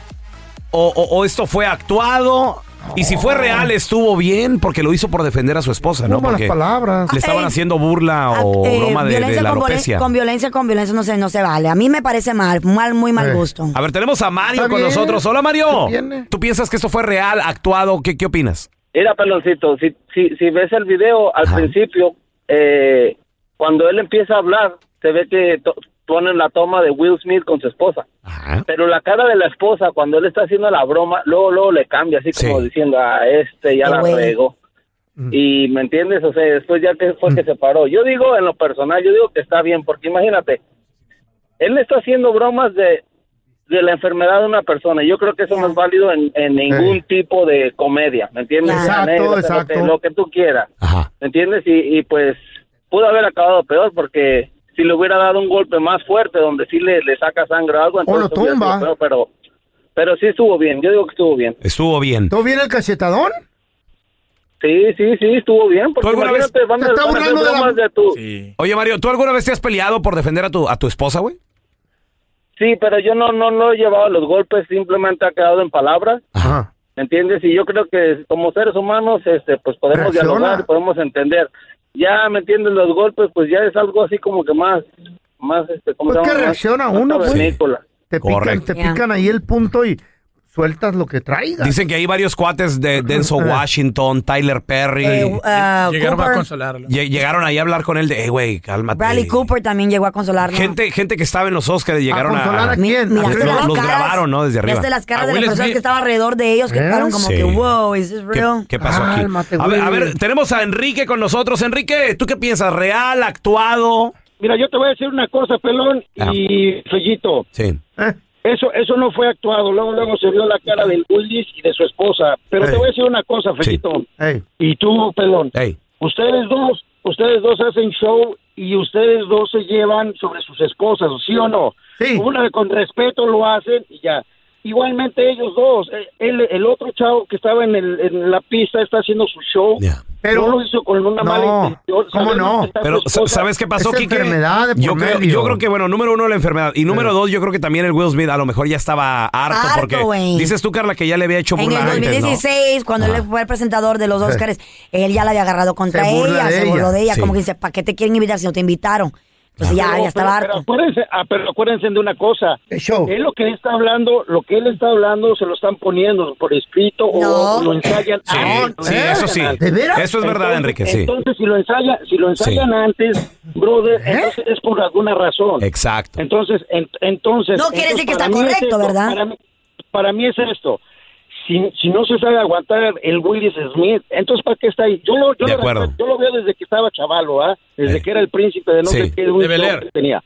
Speaker 1: o, o- o esto fue actuado? Y si fue real, estuvo bien porque lo hizo por defender a su esposa, ¿no?
Speaker 3: Hubo malas
Speaker 1: Porque
Speaker 3: palabras.
Speaker 1: Le estaban
Speaker 2: Eh,
Speaker 1: haciendo burla o
Speaker 2: Eh,
Speaker 1: broma de, de la
Speaker 2: con, violen-
Speaker 1: alopecia.
Speaker 2: con violencia, con violencia no se, no se vale. A mí me parece mal, mal, muy mal gusto.
Speaker 1: A ver, tenemos a Mario
Speaker 2: Está
Speaker 1: con
Speaker 2: bien.
Speaker 1: nosotros. Hola, Mario.
Speaker 2: ¿Qué tiene?
Speaker 1: ¿Tú piensas que esto fue real, actuado? ¿Qué, qué opinas?
Speaker 9: Mira, peloncito, si, si, si ves el video al principio, eh, cuando él empieza a hablar, se ve que to- ponen la toma de Will Smith con su esposa. Pero la cara de la esposa, cuando él está haciendo la broma, luego, luego le cambia, así como diciendo, a este ya
Speaker 6: Qué
Speaker 9: la
Speaker 6: güey.
Speaker 9: regó. Y me entiendes, o sea, después ya que fue que se paró. Yo digo en lo personal, yo digo que está bien, porque imagínate, él está haciendo bromas de, de la enfermedad de una persona. Yo creo que eso no es válido en, en ningún tipo de comedia, ¿me entiendes?
Speaker 3: Exacto,
Speaker 9: Anécdota, lo que-
Speaker 3: exacto.
Speaker 9: Lo que, tú quieras, ¿me entiendes? Y, y pues pudo haber acabado peor porque si le hubiera dado un golpe más fuerte donde sí le, le saca sangre o algo, entonces hubiera sido
Speaker 3: tumba.
Speaker 9: peor, pero, pero sí estuvo bien, yo digo que estuvo bien.
Speaker 1: Estuvo bien.
Speaker 3: ¿Todo bien el cachetadón?
Speaker 9: Sí, sí, sí, estuvo bien. Porque
Speaker 3: alguna vez-
Speaker 9: imagínate, van a,
Speaker 3: Se está
Speaker 9: van a hacer
Speaker 3: burlando de la-
Speaker 9: bromas de tu...
Speaker 1: Oye, Mario, ¿tú alguna vez te has peleado por defender a tu, a tu esposa, güey?
Speaker 9: Sí, pero yo no, no, no he llevado los golpes, simplemente ha quedado en palabras.
Speaker 3: Ajá.
Speaker 9: ¿Me entiendes? Y yo creo que como seres humanos, este, pues podemos
Speaker 3: Reacciona.
Speaker 9: dialogar, podemos entender. Ya, ¿me entiendes? Los golpes, pues ya es algo así como que más, más, este, ¿cómo
Speaker 3: Pues
Speaker 9: se
Speaker 3: que
Speaker 9: llama? Más-
Speaker 3: reacciona
Speaker 9: más
Speaker 3: uno, pues.
Speaker 9: cavernícola.
Speaker 3: Te pican, te pican ahí el punto y sueltas lo que traigas.
Speaker 1: Dicen que hay varios cuates
Speaker 3: Eh,
Speaker 1: de Denso Washington, Tyler Perry.
Speaker 2: Eh, ah,
Speaker 16: Llegaron
Speaker 2: Cooper.
Speaker 16: a consolarlo.
Speaker 1: Lle- Llegaron ahí a hablar con él de, hey, güey, cálmate.
Speaker 2: Bradley Cooper también llegó a consolarnos.
Speaker 1: Gente, gente que estaba en los Oscars llegaron a.
Speaker 2: Ah, consolar a quién?
Speaker 1: Los-
Speaker 2: Mira,
Speaker 1: los,
Speaker 2: las caras.
Speaker 1: grabaron, ¿no? Desde arriba.
Speaker 2: Viste las
Speaker 1: A
Speaker 4: Ah,
Speaker 2: caras de las
Speaker 1: Will
Speaker 2: personas
Speaker 1: Smith.
Speaker 2: que estaban alrededor de ellos que
Speaker 1: ¿Eh?
Speaker 2: estaban como
Speaker 1: Sí.
Speaker 2: que, wow, is this
Speaker 1: ¿Qué,
Speaker 2: real?
Speaker 1: qué pasó aquí?
Speaker 2: Cálmate,
Speaker 1: A ver, a
Speaker 2: Will.
Speaker 1: ver, tenemos a Enrique con nosotros. Enrique, ¿tú qué piensas? ¿Real, actuado?
Speaker 7: Mira, yo te voy a decir una cosa, pelón
Speaker 9: Ah.
Speaker 7: y Fellito.
Speaker 1: Sí.
Speaker 7: Eso, eso no fue actuado. Luego, luego se vio la cara del Willis y de su esposa. Pero te voy a decir una cosa, Fellito. Y tú, pelón. Ustedes dos, ustedes dos hacen show y ustedes dos se llevan sobre sus esposas, ¿sí o no? Sí. Una con respeto lo hacen y ya. Igualmente ellos dos. Eh, El, el otro chavo que estaba en, el- en la pista está haciendo su show. Pero no lo hizo con una mala intención. Sabemos que está
Speaker 1: Pero
Speaker 7: su
Speaker 1: sa-
Speaker 7: esposa.
Speaker 1: ¿sabes qué pasó, Kike? yo, creo,
Speaker 7: medio.
Speaker 1: yo creo que, bueno, número uno, la enfermedad. Y número dos, yo creo que también el Will Smith a lo mejor ya estaba harto.
Speaker 2: Harto,
Speaker 1: porque
Speaker 2: güey.
Speaker 1: dices tú, Carla, que ya le había hecho
Speaker 2: En
Speaker 1: burla
Speaker 2: el
Speaker 1: antes, ¿no?
Speaker 2: 2016, cuando él fue el presentador de los
Speaker 1: Sí.
Speaker 2: Oscars, él ya la había agarrado contra
Speaker 7: Se burla
Speaker 2: ella,
Speaker 7: de
Speaker 2: se burló
Speaker 7: ella.
Speaker 2: de ella,
Speaker 7: Sí.
Speaker 2: como que dice, ¿para qué te quieren invitar si no te invitaron? Entonces ya,
Speaker 7: Pero-
Speaker 2: ya estaba
Speaker 7: pero-
Speaker 2: harto.
Speaker 7: Pero acuérdense, ah, pero acuérdense de una cosa. Él lo que él está hablando, lo que él está hablando se lo están poniendo por escrito o lo ensayan Ah,
Speaker 1: Sí,
Speaker 7: antes.
Speaker 1: sí, eso sí.
Speaker 7: ¿De veras?
Speaker 1: Eso es verdad, Enrique, sí.
Speaker 7: Entonces, si lo ensayan, si lo ensayan
Speaker 1: Sí.
Speaker 7: antes, brother, entonces es por alguna razón.
Speaker 1: Exacto.
Speaker 7: Entonces, en- entonces...
Speaker 2: No quiere decir
Speaker 7: entonces,
Speaker 2: que está
Speaker 7: para mí es
Speaker 2: correcto,
Speaker 7: esto,
Speaker 2: ¿verdad?
Speaker 7: Para mí, para mí es esto. Si, si no se sabe aguantar el Willis Smith, entonces ¿para qué está ahí? Yo lo, yo
Speaker 1: De
Speaker 7: lo
Speaker 1: acuerdo.
Speaker 7: respeto, yo lo veo desde que estaba chavalo, ¿ah? Desde que era el príncipe de no
Speaker 18: Este
Speaker 1: Sí.
Speaker 7: sé qué
Speaker 1: De
Speaker 7: Luis
Speaker 1: Bel Air.
Speaker 7: López tenía.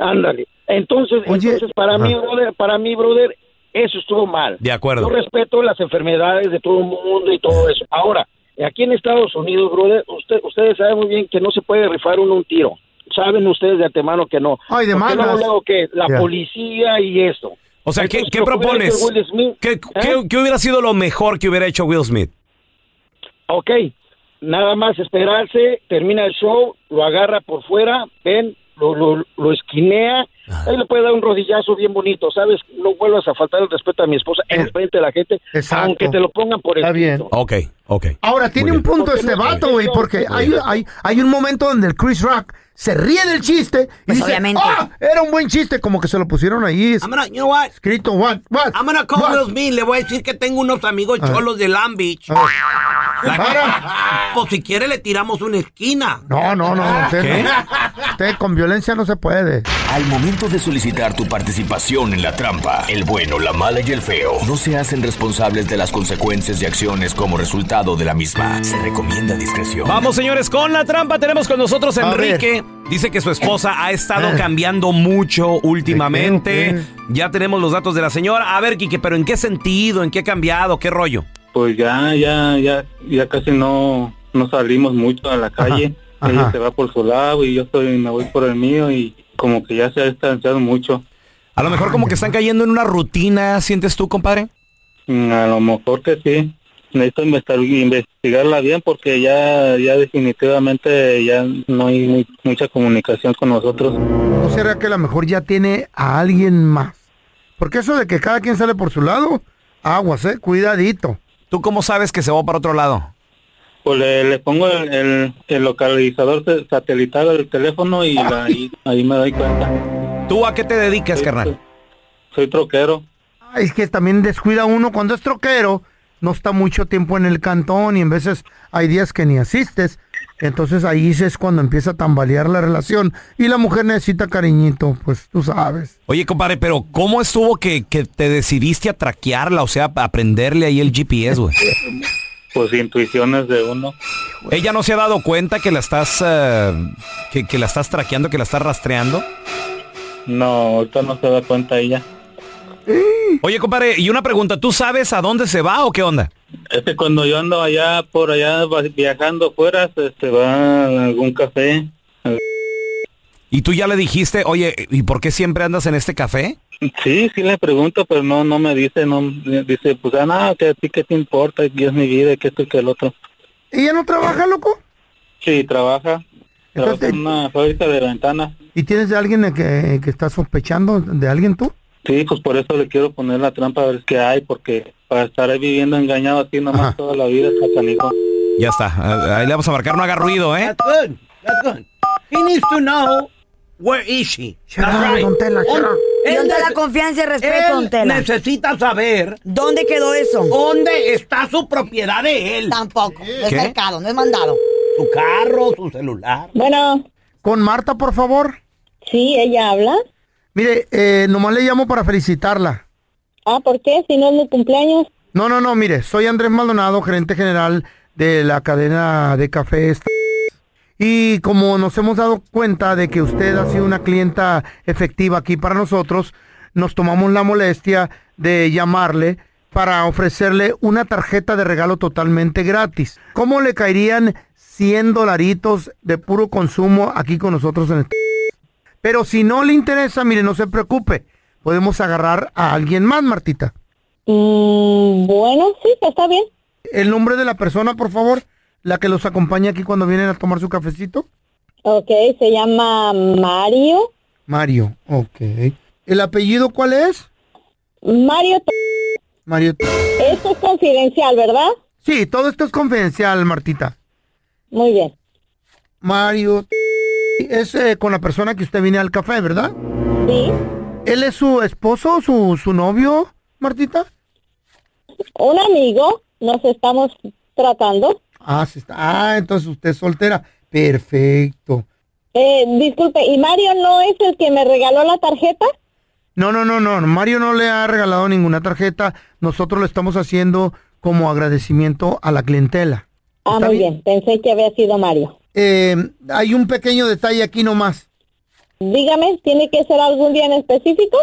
Speaker 7: Ándale. Entonces, entonces para mí, brother, para mí, brother, eso estuvo mal.
Speaker 1: De acuerdo.
Speaker 7: Yo respeto las enfermedades de todo el mundo y todo eso. Ahora, aquí en Estados Unidos, brother, usted, ustedes saben muy bien que no se puede rifar uno un tiro. Saben ustedes de antemano que no.
Speaker 3: Ay, de
Speaker 7: Porque luego,
Speaker 3: malas.
Speaker 7: luego que la
Speaker 3: Ya.
Speaker 7: policía y eso.
Speaker 1: O sea, ¿qué,
Speaker 7: Entonces,
Speaker 1: qué
Speaker 7: lo que hubiera
Speaker 1: propones?
Speaker 7: hecho Will Smith, ¿eh?
Speaker 1: ¿Qué, qué- qué hubiera sido lo mejor que hubiera hecho Will Smith?
Speaker 7: ok, nada más esperarse, termina el show, lo agarra por fuera, ven, lo, lo, lo esquinea, ahí le puede dar un rodillazo bien bonito, ¿sabes? No vuelvas a faltar el respeto a mi esposa en frente de la gente, aunque te lo pongan por
Speaker 3: Eh, Está bien.
Speaker 7: escrito.
Speaker 1: Ok, ok.
Speaker 3: Ahora, tiene un punto este vato, güey, porque hay, hay, hay un momento donde el Chris Rock se ríe del chiste y
Speaker 4: Pues
Speaker 3: dice,
Speaker 4: obviamente.
Speaker 3: "Ah, era un buen chiste, como que se lo pusieron ahí es-
Speaker 4: I'm gonna, you know what?
Speaker 3: escrito, what, what,
Speaker 4: I'm gonna call
Speaker 3: what. Ah.
Speaker 4: Will Smith. Le voy a decir que tengo unos amigos
Speaker 3: A ver.
Speaker 4: cholos de Long Beach.
Speaker 3: Ah.
Speaker 4: La- Pues si quiere le tiramos una esquina.
Speaker 3: No, no, no, usted, no. Usted con violencia no se puede.
Speaker 10: Al momento de solicitar tu participación en la trampa, el bueno, la mala y el feo no se hacen responsables de las consecuencias y acciones como resultado de la misma. Se recomienda discreción.
Speaker 1: Vamos, señores, con la trampa. Tenemos con nosotros a
Speaker 10: A ver.
Speaker 1: Enrique. Dice que su esposa ha
Speaker 3: Ah.
Speaker 1: estado cambiando mucho últimamente. Ya tenemos los datos de la señora. A ver, Quique, pero ¿en qué sentido? ¿En qué ha cambiado? ¿Qué rollo?
Speaker 5: Pues ya, ya, ya, ya casi no, no salimos mucho a la calle. Ella se va por su lado y yo estoy, me voy por el mío y como que ya se ha distanciado mucho.
Speaker 1: A lo mejor como que están cayendo en una rutina, ¿sientes tú, compadre?
Speaker 5: Mm, A lo mejor que sí. Necesito investi- investigarla bien porque ya, ya definitivamente ya no hay mu- mucha comunicación con nosotros.
Speaker 3: ¿No será que a lo mejor ya tiene a alguien más? Porque eso de que cada quien sale por su lado, aguas, eh, cuidadito.
Speaker 1: ¿Tú cómo sabes que se va para otro lado?
Speaker 5: Pues le, le pongo el, el- el localizador te- satelital al teléfono y la- ahí, ahí me doy cuenta.
Speaker 1: ¿Tú a qué te dedicas, carnal?
Speaker 5: Soy troquero.
Speaker 3: Ay, Es que también descuida uno cuando es troquero, no está mucho tiempo en el cantón y en veces hay días que ni asistes. Entonces ahí es cuando empieza a tambalear la relación y la mujer necesita cariñito, pues tú sabes.
Speaker 1: Oye, compadre, pero ¿cómo estuvo que, que te decidiste a traquearla? O sea, a prenderle ahí el GPS, güey.
Speaker 5: Pues intuiciones de uno.
Speaker 1: ¿Ella no se ha dado cuenta que la estás, eh, que, que la estás traqueando, que la estás rastreando?
Speaker 5: No, ahorita no se da cuenta ella.
Speaker 1: Oye, compadre, y una pregunta, ¿tú sabes a dónde se va o qué onda?
Speaker 5: Es que cuando yo ando allá, por allá, va- viajando fuera, se, se va a algún café.
Speaker 1: ¿Y tú ya le dijiste, oye, ¿y por qué siempre andas en este café?
Speaker 5: Sí, sí le pregunto, pero no no me dice, no dice, pues, ah, nada, que a ti qué te importa, que es mi vida, que esto y que el otro.
Speaker 3: ¿Ella no trabaja, loco?
Speaker 5: Sí, trabaja. Trabaja en una fábrica de ventanas.
Speaker 3: ¿Y tienes a alguien que, que está sospechando de alguien tú?
Speaker 5: Sí, pues por eso le quiero poner la trampa a ver qué hay, porque para estar ahí viviendo engañado así nomás toda la vida está canijo.
Speaker 1: Ya está, ah, ahí le vamos a marcar, no haga ruido, ¿eh?
Speaker 4: Good, that's good. He needs to know where is she. That's right.
Speaker 2: ¿Y
Speaker 4: Él
Speaker 2: dónde
Speaker 4: nece-
Speaker 2: la confianza y el respeto,
Speaker 4: él
Speaker 2: don Tela?
Speaker 4: necesita saber.
Speaker 2: ¿Dónde quedó eso?
Speaker 4: ¿Dónde está su propiedad de él?
Speaker 2: Tampoco. No es
Speaker 4: ¿Qué?
Speaker 2: mercado, no es mandado.
Speaker 4: Su carro, su celular.
Speaker 3: Bueno. Con Marta, por favor.
Speaker 6: Sí, ella habla.
Speaker 3: Mire, eh, nomás le llamo para felicitarla.
Speaker 6: Ah, ¿por qué? Si no es mi cumpleaños.
Speaker 3: No, no, no, mire, soy Andrés Maldonado, gerente general de la cadena de cafés. Y como nos hemos dado cuenta de que usted ha sido una clienta efectiva aquí para nosotros, nos tomamos la molestia de llamarle para ofrecerle una tarjeta de regalo totalmente gratis. ¿Cómo le caerían 100 dolaritos de puro consumo aquí con nosotros en el... Pero si no le interesa, mire, no se preocupe. Podemos agarrar a alguien más, Martita.
Speaker 6: Mm, bueno, sí, pues, está bien.
Speaker 3: El nombre de la persona, por favor, la que los acompaña aquí cuando vienen a tomar su cafecito.
Speaker 6: Ok, se llama Mario.
Speaker 3: Mario, ok. ¿El apellido cuál es?
Speaker 6: Mario,
Speaker 3: Mario.
Speaker 6: esto es confidencial, ¿verdad?
Speaker 3: Sí, todo esto es confidencial, Martita.
Speaker 6: Muy bien.
Speaker 3: Mario es eh, con la persona que usted viene al café, ¿verdad?
Speaker 6: Sí.
Speaker 3: ¿Él es su esposo, su, su novio, Martita?
Speaker 6: Un amigo, nos estamos tratando.
Speaker 3: Ah, sí está. Ah, entonces usted es soltera. Perfecto.
Speaker 6: Eh, disculpe, ¿y Mario no es el que me regaló la tarjeta?
Speaker 3: No, no, no, no. Mario no le ha regalado ninguna tarjeta. Nosotros lo estamos haciendo como agradecimiento a la clientela.
Speaker 6: Ah, muy bien. pensé que había sido Mario.
Speaker 3: Eh, hay un pequeño detalle aquí nomás.
Speaker 6: Dígame, ¿tiene que ser algún día en específico?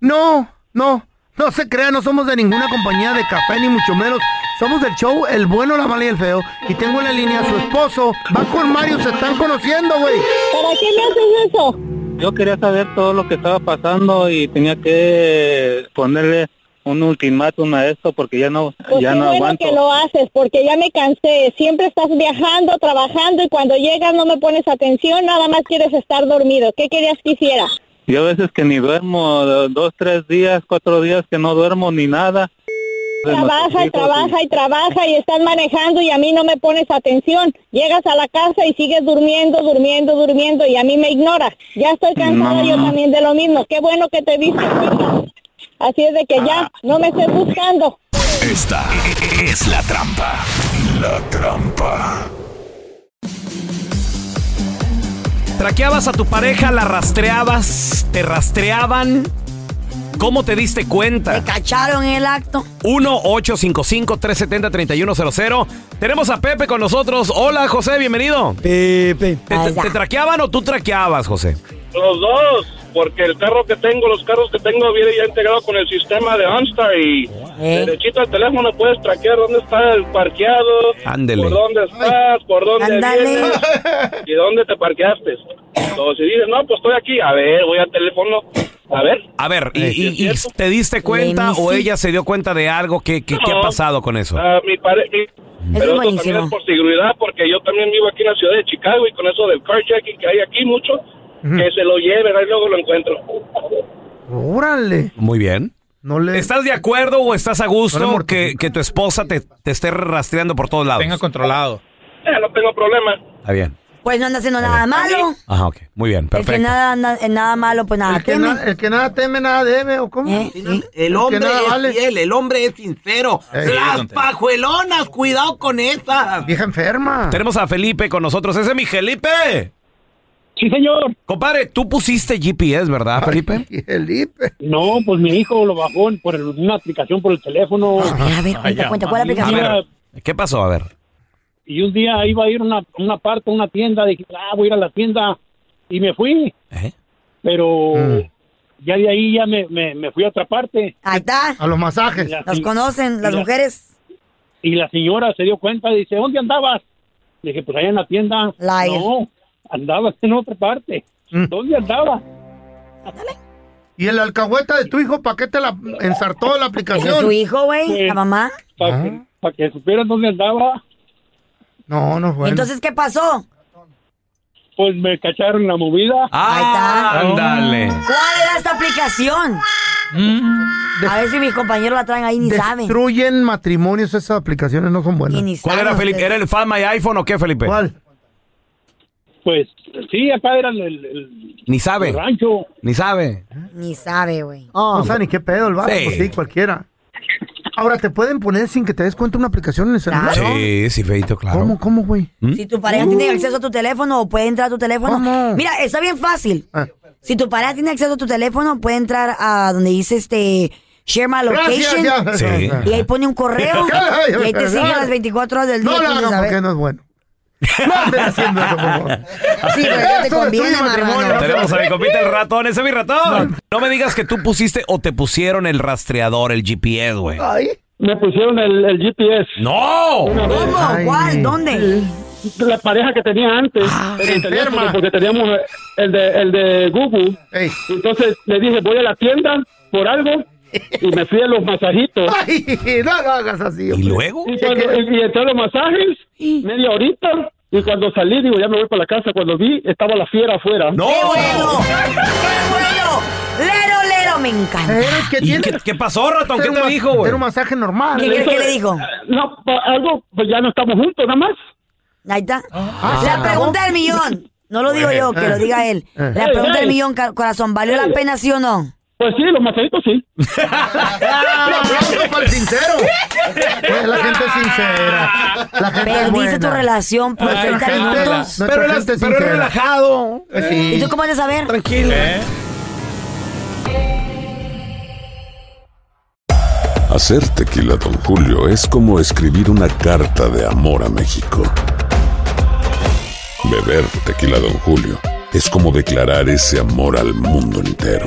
Speaker 3: No, no, no se crea, no somos de ninguna compañía de café, ni mucho menos. Somos del show El Bueno, la Mala y el Feo. Y tengo en la línea a su esposo. Va con Mario, se están conociendo, güey.
Speaker 6: ¿Para qué me haces eso?
Speaker 5: Yo quería saber todo lo que estaba pasando y tenía que ponerle un ultimátum a esto porque ya no,
Speaker 6: Pues
Speaker 5: ya
Speaker 6: qué
Speaker 5: no
Speaker 6: bueno
Speaker 5: aguanto.
Speaker 6: que lo haces, porque ya me cansé. Siempre estás viajando, trabajando y cuando llegas no me pones atención, nada más quieres estar dormido. ¿Qué querías que hiciera?
Speaker 5: Yo a veces que ni duermo, do- dos, tres días, cuatro días que no duermo ni nada. De
Speaker 6: Trabaja y
Speaker 5: nuestros hijos
Speaker 6: trabaja y trabaja y estás manejando y a mí no me pones atención. Llegas a la casa y sigues durmiendo, durmiendo, durmiendo y a mí me ignoras. Ya estoy cansada
Speaker 5: No.
Speaker 6: yo también de lo mismo. Qué bueno que te diste cuenta. Así es de que ya no me estés buscando.
Speaker 10: Esta es la trampa. La trampa.
Speaker 1: Traqueabas a tu pareja, la rastreabas, te rastreaban. ¿Cómo te diste cuenta?
Speaker 2: ¿Cacharon el acto?
Speaker 1: 1-855-370-3100. Tenemos a Pepe con nosotros. Hola, José, bienvenido. Pepe. ¿Te, te- te traqueaban o tú traqueabas, José?
Speaker 11: Los dos, porque el carro que tengo, los carros que tengo viene ya integrado con el sistema de OnStar y derechito al teléfono puedes traquear dónde está el parqueado,
Speaker 1: Ándele.
Speaker 11: por dónde estás, por dónde
Speaker 12: Ándale.
Speaker 11: vienes y dónde te parqueaste. Entonces, si dices, no, pues estoy aquí, a ver, voy al teléfono, a ver.
Speaker 1: A ver, ¿y, y- y te diste
Speaker 11: Let me
Speaker 1: cuenta o
Speaker 11: see.
Speaker 1: ella se dio cuenta de algo? ¿Qué, qué, qué ha
Speaker 11: No.
Speaker 1: pasado con eso?
Speaker 11: Ah, mi pare- mi- Pero esto también es por seguridad, porque yo también vivo aquí en la ciudad de Chicago y con eso del carjacking que hay aquí mucho, que se lo lleven, ahí luego lo encuentro.
Speaker 3: Órale.
Speaker 1: Muy bien. ¿Estás de acuerdo o estás a gusto que, que tu esposa te, te esté rastreando por todos lados? Tenga controlado.
Speaker 11: Eh, no tengo problema.
Speaker 1: Está bien.
Speaker 2: Pues no anda haciendo nada malo.
Speaker 1: Ajá, ok. Muy bien,
Speaker 2: El que
Speaker 1: Eh, perfecto.
Speaker 2: nada, na- nada malo, pues nada
Speaker 3: que
Speaker 2: teme. Eh,
Speaker 3: na- el que nada teme, nada debe, ¿o cómo?
Speaker 4: El hombre es fiel, el hombre es sincero.
Speaker 3: Ey.
Speaker 4: Las pajuelonas, cuidado con esas.
Speaker 3: Vieja enferma.
Speaker 1: Tenemos a Felipe con nosotros. ¡Ese es mi Felipe!
Speaker 12: Sí, señor.
Speaker 1: Compadre, tú pusiste GPS, ¿verdad, Felipe?
Speaker 12: Felipe. No, pues mi hijo lo bajó por el- una aplicación por el teléfono.
Speaker 2: A ver,
Speaker 12: cuenta,
Speaker 2: cuenta, ¿cuál aplicación?
Speaker 12: A ver.
Speaker 1: ¿Qué pasó? A ver.
Speaker 12: Y un día iba a ir a una, una parte, a una tienda, dije, ah, voy a ir a la tienda, y me fui. Pero
Speaker 3: Mm.
Speaker 12: ya de ahí ya me, me, me fui a otra parte.
Speaker 2: Ahí está.
Speaker 3: A los masajes.
Speaker 2: Los conocen, las mujeres.
Speaker 12: Y la señora se dio cuenta, dice, ¿dónde andabas? Le dije, pues allá en la tienda. No, andabas en otra parte.
Speaker 3: Mm.
Speaker 12: ¿Dónde andabas?
Speaker 3: ¿Y el alcahueta de tu hijo, para qué te la ensartó la aplicación?
Speaker 12: ¿Es de tu
Speaker 2: hijo, güey? ¿La mamá?
Speaker 1: Ah.
Speaker 12: Para que, pa' que supieran dónde andaba.
Speaker 3: No, no, bueno.
Speaker 2: Entonces, ¿qué pasó?
Speaker 12: Pues me cacharon la movida.
Speaker 2: Ah,
Speaker 12: Ahí está.
Speaker 1: Ándale.
Speaker 2: ¿Cuál era esta aplicación?
Speaker 3: Mm.
Speaker 2: A ver si mis compañeros la traen ahí, ni saben.
Speaker 3: Destruyen matrimonios, esas aplicaciones no son buenas.
Speaker 1: ¿Cuál era, Felipe? ¿Era el Fan My iPhone o qué, Felipe? ¿Cuál?
Speaker 12: Pues sí, acá era el, el- el-
Speaker 1: Ni sabe.
Speaker 12: el rancho.
Speaker 1: Ni sabe.
Speaker 2: Ni sabe, güey.
Speaker 3: No sabe ni qué pedo el vato,
Speaker 1: Ah. Sí.
Speaker 3: pues sí, cualquiera. Ahora, ¿te pueden poner sin que te des cuenta una aplicación en el celular?
Speaker 1: Sí, sí, feito, claro. ¿Mm?
Speaker 3: ¿Cómo, cómo, güey?
Speaker 2: Si tu pareja
Speaker 3: Uh.
Speaker 2: tiene acceso a tu teléfono o puede entrar a tu teléfono. Mira, está bien fácil.
Speaker 3: Ah.
Speaker 2: Si tu pareja tiene acceso a tu teléfono, puede entrar a donde dice este share my
Speaker 3: Gracias,
Speaker 2: location.
Speaker 3: ya. Sí.
Speaker 2: Y ahí pone un correo. y ahí te sigue a las 24 horas del día. pues,
Speaker 3: No lo
Speaker 2: tú
Speaker 3: hagan
Speaker 2: sabes.
Speaker 3: porque no es bueno. No anden haciendo eso, por favor.
Speaker 2: Sí, pero ya te
Speaker 3: Eso
Speaker 2: conviene,
Speaker 3: destruye
Speaker 2: marrano.
Speaker 3: matrimonio.
Speaker 1: Tenemos a mi compita el ratón, ese es mi ratón. No me digas que tú pusiste o te pusieron el rastreador, el GPS, güey.
Speaker 12: Me pusieron el, el GPS.
Speaker 1: ¡No!
Speaker 12: ¿Cómo?
Speaker 2: ¿Cuál? ¿Dónde?
Speaker 12: La pareja que tenía antes.
Speaker 3: Ah,
Speaker 12: en el teléfono, porque teníamos el de, el de Google. Entonces le dije, voy a la tienda por algo. Y me fui a los masajitos.
Speaker 3: Ay, no lo hagas así.
Speaker 12: ¿Y
Speaker 1: luego?
Speaker 12: Y, cuando- y- y entré a los masajes, media horita. Y cuando salí, digo, ya me voy para la casa. Cuando vi, estaba la fiera afuera.
Speaker 1: ¡No!
Speaker 2: Lero, lero, me encanta.
Speaker 3: ¿Qué,
Speaker 1: ¿Y qué, qué pasó, ratón? ¿Qué
Speaker 12: Era un
Speaker 1: te
Speaker 12: mas-
Speaker 1: dijo, güey?
Speaker 12: era un
Speaker 3: masaje normal. ¿eh?
Speaker 12: ¿Qué crees que le
Speaker 2: dijo?
Speaker 12: Ah, No, pa- algo, pues ya no estamos juntos, nada más.
Speaker 2: Ahí está.
Speaker 12: Ah,
Speaker 2: la
Speaker 12: ¿se
Speaker 2: pregunta
Speaker 12: acabó?
Speaker 2: del millón. No lo digo
Speaker 12: Eh,
Speaker 2: yo, que
Speaker 12: eh.
Speaker 2: lo diga él.
Speaker 12: Eh.
Speaker 2: La
Speaker 12: Ey,
Speaker 2: pregunta
Speaker 12: ey.
Speaker 2: del millón, ca- corazón, ¿valió la
Speaker 12: Ey.
Speaker 2: pena sí o no?
Speaker 12: Pues sí, los masajitos sí.
Speaker 3: Ah, Un aplauso para el sincero. Pues la gente es sincera. La gente es
Speaker 2: Perdiste tu
Speaker 3: buena.
Speaker 2: relación pues, por
Speaker 3: Nuestra
Speaker 2: 30
Speaker 3: gente-
Speaker 2: minutos.
Speaker 3: nuestra Pero gente es- pero es sincera. Eh,
Speaker 1: relajado.
Speaker 3: sí.
Speaker 2: ¿Y tú cómo vas a saber?
Speaker 1: Tranquilo.
Speaker 19: Hacer tequila, Don Julio, es como escribir una carta de amor a México. Beber tequila, Don Julio, es como declarar ese amor al mundo entero.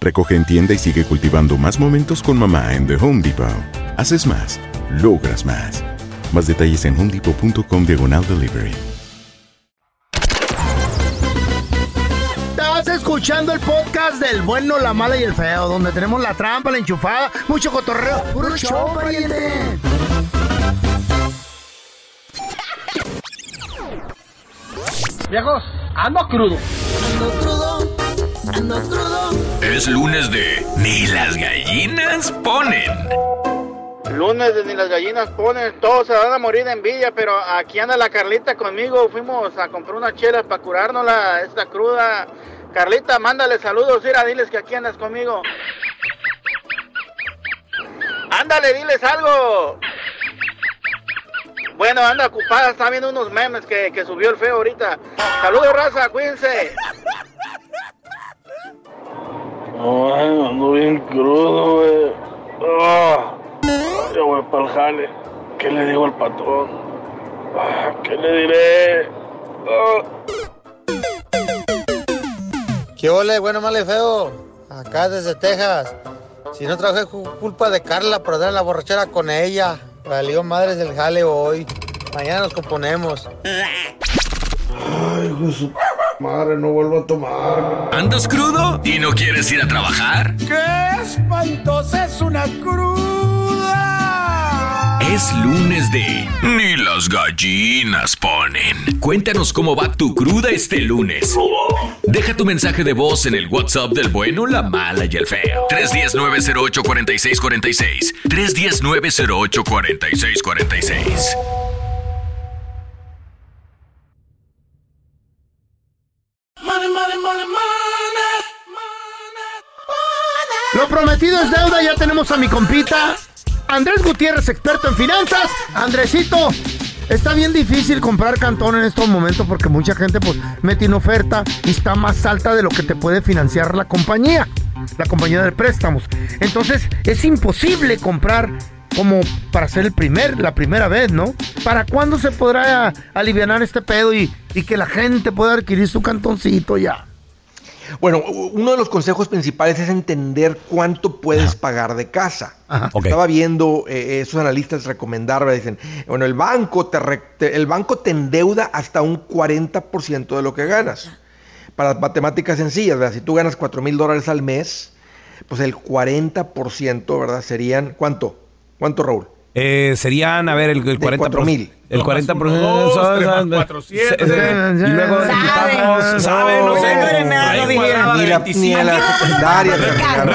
Speaker 20: Recoge en tienda y sigue cultivando más momentos con mamá en The Home Depot. Haces más, logras más. Más detalles en homedepot.com diagonal delivery.
Speaker 3: Estás escuchando el podcast del bueno, la mala y el feo, donde tenemos la trampa, la enchufada, mucho cotorreo. ¡Puro show, pariente!
Speaker 13: Viejos, ando crudo. Ando crudo,
Speaker 3: ando crudo.
Speaker 10: Es lunes de Ni las gallinas ponen.
Speaker 13: Lunes de ni las gallinas ponen, todos se van a morir de envidia, pero aquí anda la Carlita conmigo. Fuimos a comprar unas chelas para curarnos la, esta cruda. Carlita, mándale saludos, Ira, diles que aquí andas conmigo. Ándale, diles algo. Bueno, anda ocupada, está viendo unos memes que, que subió el feo ahorita. Saludos, raza, cuídense.
Speaker 14: Ay, ando bien crudo, güey. Ah, yo voy para el jale. ¿Qué le digo al patrón? Ah, ¿Qué le diré? Ah.
Speaker 13: ¿Qué ole? Bueno, mal y feo. Acá desde Texas. Si no trabajé cu- culpa de Carla por andar en la borrachera con ella. Valió madres del jale hoy. Mañana nos componemos.
Speaker 12: Ah.
Speaker 14: Ay, hijo de su madre, no vuelvo a tomar.
Speaker 10: ¿Andas crudo y no quieres ir a trabajar?
Speaker 15: ¡Qué espantosa es una cruda!
Speaker 10: Es lunes de Ni las gallinas ponen. Cuéntanos cómo va tu cruda este lunes. Deja tu mensaje de voz en el WhatsApp del bueno, la mala y el feo. 319-08-4646. 319-08-4646.
Speaker 15: Money, money, money, money.
Speaker 3: Lo prometido es deuda, ya tenemos a mi compita. Andrés Gutiérrez, experto en finanzas. Andresito, está bien difícil comprar cantón en estos momentos porque mucha gente pues mete una oferta y está más alta de lo que te puede financiar la compañía, la compañía de préstamos. Entonces es imposible comprar como para ser el primer, la primera vez, ¿no? ¿Para cuándo se podrá aliviar este pedo y, y que la gente pueda adquirir su cantoncito ya?
Speaker 18: Bueno, uno de los consejos principales es entender cuánto puedes pagar de casa.
Speaker 1: ok.
Speaker 18: Estaba viendo eh, esos analistas recomendar, ¿verdad? dicen, bueno, el banco te, re- te- el banco te endeuda hasta un 40% de lo que ganas. Para matemáticas sencillas, ¿verdad? si tú ganas 4 mil dólares al mes, pues el 40%, ¿verdad? Serían, ¿cuánto? ¿Cuánto, Raúl?
Speaker 1: Eh, serían, a ver, el, el 40%.
Speaker 18: 4,000.
Speaker 1: El 40%.
Speaker 18: Dos,
Speaker 1: ¿sabes?
Speaker 18: tres más
Speaker 1: ¿sabes?
Speaker 18: cuatrocientos, eh.
Speaker 1: Se- se- y luego
Speaker 18: ¿sabe?
Speaker 1: quitamos, ¿sabe? No sé.
Speaker 18: Hombre,
Speaker 1: Ahí
Speaker 18: no
Speaker 1: cuadraba
Speaker 18: Ni la, ni a
Speaker 1: 25.
Speaker 18: la secundaria. te sacaron.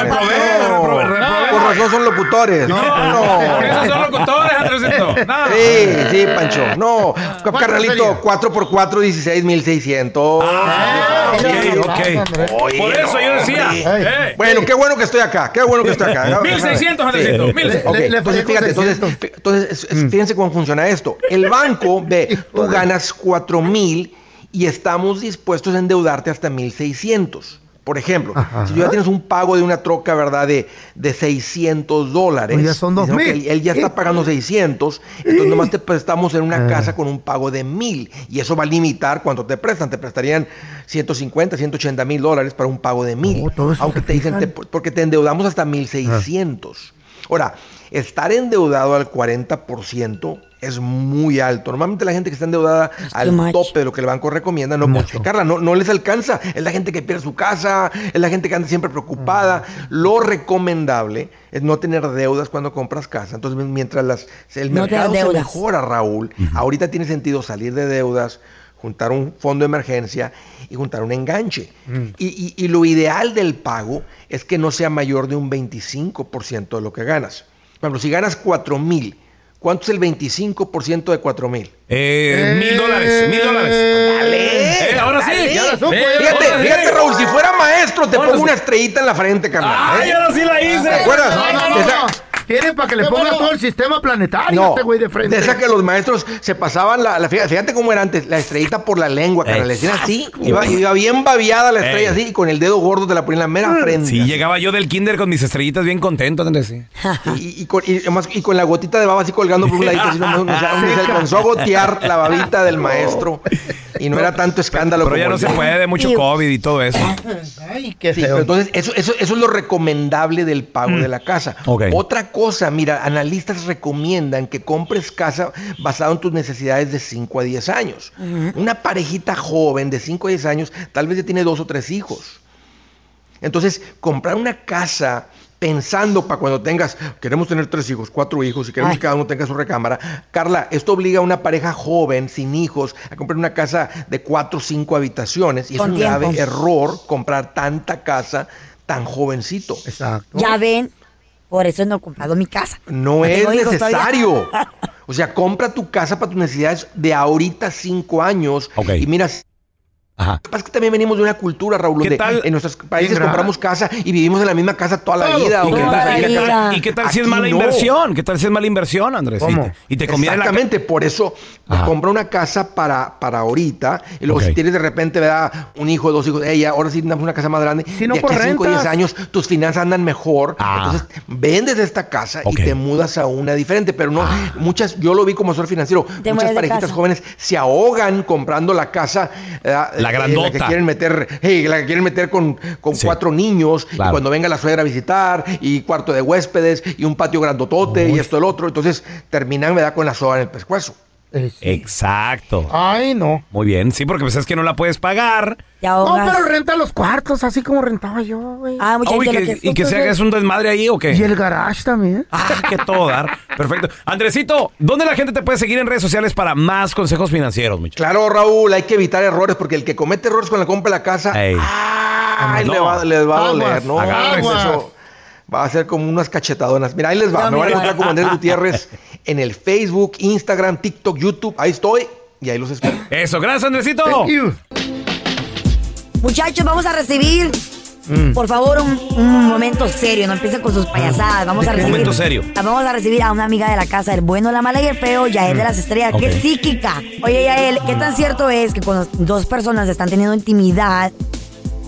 Speaker 18: No, Por razón son locutores. No, no.
Speaker 16: Por eso son locutores, Andresito. Nada.
Speaker 18: Sí, sí, Pancho. No,
Speaker 16: ¿Cuánto
Speaker 18: carnalito,
Speaker 16: sería?
Speaker 18: 4 por 4, 16,600.
Speaker 16: Ah, ok, ok. Por eso yo decía, eh,
Speaker 18: Bueno, qué bueno que estoy acá. Qué bueno que estoy acá.
Speaker 16: 1600, Andresito,
Speaker 18: Sí.
Speaker 16: 1600.
Speaker 18: Ok,
Speaker 16: Le- le
Speaker 18: Entonces,
Speaker 16: fallé
Speaker 18: fíjate,
Speaker 16: con
Speaker 18: entonces, fí- entonces, es-
Speaker 3: Mm.
Speaker 18: es- fíjense cómo funciona esto. El banco ve, tú ganas 4000 y estamos dispuestos a endeudarte hasta 1600. Por ejemplo, si tú ya tienes un pago de una troca, ¿verdad? De, de 600 dólares.
Speaker 3: Pues ya son Eh.
Speaker 18: Dicen,
Speaker 3: 2000.
Speaker 18: ok, Él ya está pagando 600, entonces nomás te prestamos en
Speaker 3: Ah.
Speaker 18: una casa con un pago de 1000 y eso va a limitar cuánto te prestan. Te prestarían 150, 180 mil dólares para un pago de 1000.
Speaker 3: Oh, todo eso
Speaker 18: aunque
Speaker 3: se
Speaker 18: te dicen,
Speaker 3: fijan.
Speaker 2: Ah.
Speaker 18: te- porque te endeudamos hasta 1600. Ahora, estar endeudado al 40% es muy alto. Normalmente la gente que está endeudada al tope de lo que el banco recomienda no puede checarla, no, no les alcanza. Es la gente que pierde su casa, es la gente que anda siempre preocupada.
Speaker 2: Ah.
Speaker 18: Lo recomendable es no tener deudas cuando compras casa. Entonces, mientras las, el
Speaker 2: No tener
Speaker 18: mercado se
Speaker 2: deudas.
Speaker 18: mejora, Raúl, ahorita tiene sentido salir de deudas, juntar un fondo de emergencia y juntar un enganche. Y, y- y lo ideal del pago es que no sea mayor de un 25% de lo que ganas. Por ejemplo, si ganas 4 mil, ¿cuánto es el 25% de 4 mil?
Speaker 1: Eh, mil dólares, mil dólares.
Speaker 18: Dale,
Speaker 1: Eh, ahora sí,
Speaker 18: dale.
Speaker 1: ya la supo, ya la
Speaker 18: fíjate,
Speaker 1: supo.
Speaker 18: fíjate, Raúl, si fuera maestro, te
Speaker 1: Ahora
Speaker 18: pongo
Speaker 1: sí.
Speaker 18: una estrellita en la frente, carnal.
Speaker 3: ¡Ay,
Speaker 18: ¿eh?
Speaker 3: Ah, ahora sí la hice!
Speaker 18: ¿Te acuerdas?
Speaker 3: No, no, no,
Speaker 18: Esa-
Speaker 3: no. Tiene para que le ponga todo el sistema planetario
Speaker 18: No,
Speaker 3: este güey de frente.
Speaker 18: de esa que los maestros se pasaban la, la- fíjate, fíjate cómo era antes, la estrellita por la lengua, cara, le decían así, iba, iba bien babeada la estrella así
Speaker 1: Ey.
Speaker 18: y con el dedo gordo te la ponía en la mera frente.
Speaker 1: Sí, llegaba yo del kinder con mis estrellitas bien contento, Andrés. sí.
Speaker 18: Y, y con, y además- y con la gotita de baba así colgando por un ladito, así nomás, o sea, donde se alcanzó a gotear la babita del maestro. Y no era tanto escándalo
Speaker 1: Pero
Speaker 18: como
Speaker 1: ya no
Speaker 18: el
Speaker 1: se
Speaker 18: de-
Speaker 1: puede, mucho COVID y todo eso.
Speaker 3: Ay, qué
Speaker 18: Sí, pero entonces, eso, eso, eso es lo recomendable del pago de la casa.
Speaker 1: Ok.
Speaker 18: Otra cosa, mira, analistas recomiendan que compres casa basado en tus necesidades de 5 a 10 años. Una parejita joven de 5 a 10 años tal vez ya tiene dos o tres hijos. Entonces, comprar una casa pensando para cuando tengas, queremos tener tres hijos, cuatro hijos, y queremos que cada uno tenga su recámara. Carla, esto obliga a una pareja joven, sin hijos, a comprar una casa de cuatro o cinco habitaciones. Y es
Speaker 2: Con
Speaker 18: un
Speaker 2: tiempo.
Speaker 18: grave error comprar tanta casa tan jovencito. Exacto.
Speaker 2: Ya ven, por eso no he comprado mi casa.
Speaker 18: No
Speaker 2: No
Speaker 18: es
Speaker 2: tengo hijos
Speaker 18: necesario. O sea, compra tu casa para tus necesidades de ahorita cinco años. Y mira,
Speaker 1: Ajá.
Speaker 18: Lo que pasa es que también venimos de una cultura, Raúl, donde
Speaker 1: tal?
Speaker 18: en nuestros países
Speaker 1: Bien raro.
Speaker 18: compramos casa y vivimos en la misma casa toda la vida.
Speaker 1: ¿Y
Speaker 18: o
Speaker 1: qué
Speaker 18: queremos
Speaker 1: tal, y
Speaker 18: salir
Speaker 1: qué
Speaker 18: a
Speaker 1: tal-
Speaker 18: casa.
Speaker 1: y qué tal si es
Speaker 18: Aquí
Speaker 1: mala
Speaker 18: no.
Speaker 1: inversión? ¿Qué tal si es mala inversión, Andrés? Y
Speaker 18: ¿Cómo?
Speaker 1: te- Y te conviene la ca-
Speaker 18: Exactamente, por eso
Speaker 1: Ajá.
Speaker 18: compra una casa para, para ahorita y luego
Speaker 1: Ok.
Speaker 18: si tienes de repente ¿verdad? un hijo, dos hijos, ella, ahora sí tenemos una casa más grande,
Speaker 3: Si no,
Speaker 18: de
Speaker 3: por
Speaker 18: aquí a 5 o
Speaker 3: rentas.
Speaker 18: 10 años tus finanzas andan mejor,
Speaker 1: Ah.
Speaker 18: entonces vendes esta casa y te mudas a una diferente, pero no,
Speaker 1: Ah.
Speaker 18: muchas, yo lo vi como asesor financiero,
Speaker 2: Te mueves
Speaker 18: muchas
Speaker 2: de
Speaker 18: parejitas
Speaker 2: casa.
Speaker 18: jóvenes se ahogan comprando la casa, ¿verdad?
Speaker 1: La
Speaker 18: Eh, la que
Speaker 1: grandota.
Speaker 18: quieren meter, hey, la que quieren meter con, con cuatro niños, y
Speaker 1: Claro.
Speaker 18: cuando venga la suegra a visitar, y cuarto de huéspedes, y un patio grandotote, y esto el otro, entonces terminan, ¿verdad?, con la soga en el pescuezo.
Speaker 1: Exacto.
Speaker 3: Ay, no.
Speaker 1: Muy bien, sí, porque pues es que no la puedes pagar.
Speaker 3: No, pero renta los cuartos, así como rentaba yo, güey.
Speaker 2: Ah,
Speaker 1: Oh, y, que, y que se hagas un desmadre ahí o qué.
Speaker 3: Y el garage también.
Speaker 1: Ah, que todo dar. Perfecto. Andresito, ¿dónde la gente te puede seguir en redes sociales para más consejos financieros, muchachos?
Speaker 18: Claro, Raúl, hay que evitar errores, porque el que comete errores con la compra de la casa, ¡ay!
Speaker 1: No.
Speaker 18: le va, les va a
Speaker 1: Aguas,
Speaker 18: doler, ¿no?
Speaker 1: agárrense.
Speaker 18: Pues eso va a ser como unas cachetadonas. Mira, ahí les va,
Speaker 1: No,
Speaker 18: me van a
Speaker 1: mira.
Speaker 18: encontrar como Andrés Gutiérrez en el Facebook, Instagram, TikTok, YouTube, ahí estoy, y ahí los espero.
Speaker 1: Eso, gracias, Andresito.
Speaker 2: Muchachos, vamos a recibir,
Speaker 1: Mm.
Speaker 2: por favor, un, un momento serio. No empiecen con sus payasadas. Vamos a
Speaker 1: Un
Speaker 2: recibir.
Speaker 1: Mm. momento serio.
Speaker 2: La Vamos a recibir a una amiga de la casa, el bueno, la mala y el feo, Yael de las Estrellas, que
Speaker 1: Mm. Ok.
Speaker 2: es psíquica. Oye, Yael, ¿qué tan cierto es que cuando dos personas están teniendo intimidad,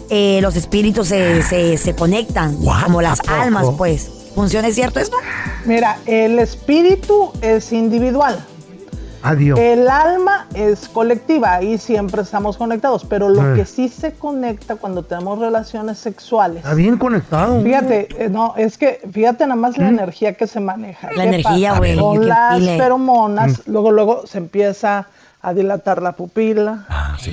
Speaker 2: eh, los espíritus se, se- se conectan? Como las almas, pues. ¿Funciona es cierto esto?
Speaker 21: Mira, el espíritu es individual.
Speaker 3: Adiós.
Speaker 21: El alma es colectiva y siempre estamos conectados, pero lo
Speaker 1: Eh.
Speaker 3: Ah.
Speaker 21: que sí se conecta cuando tenemos relaciones sexuales.
Speaker 1: Ah,
Speaker 3: Está bien conectado.
Speaker 21: Fíjate, eh, no, es que fíjate nada más la
Speaker 1: Mm.
Speaker 21: energía que se maneja.
Speaker 2: La
Speaker 21: ¿Qué
Speaker 2: energía,
Speaker 21: pasa?
Speaker 2: güey,
Speaker 21: Con
Speaker 2: qué
Speaker 21: las
Speaker 2: pile.
Speaker 21: feromonas,
Speaker 1: Mm.
Speaker 21: luego luego se empieza a dilatar la pupila.
Speaker 1: Ah,
Speaker 21: Se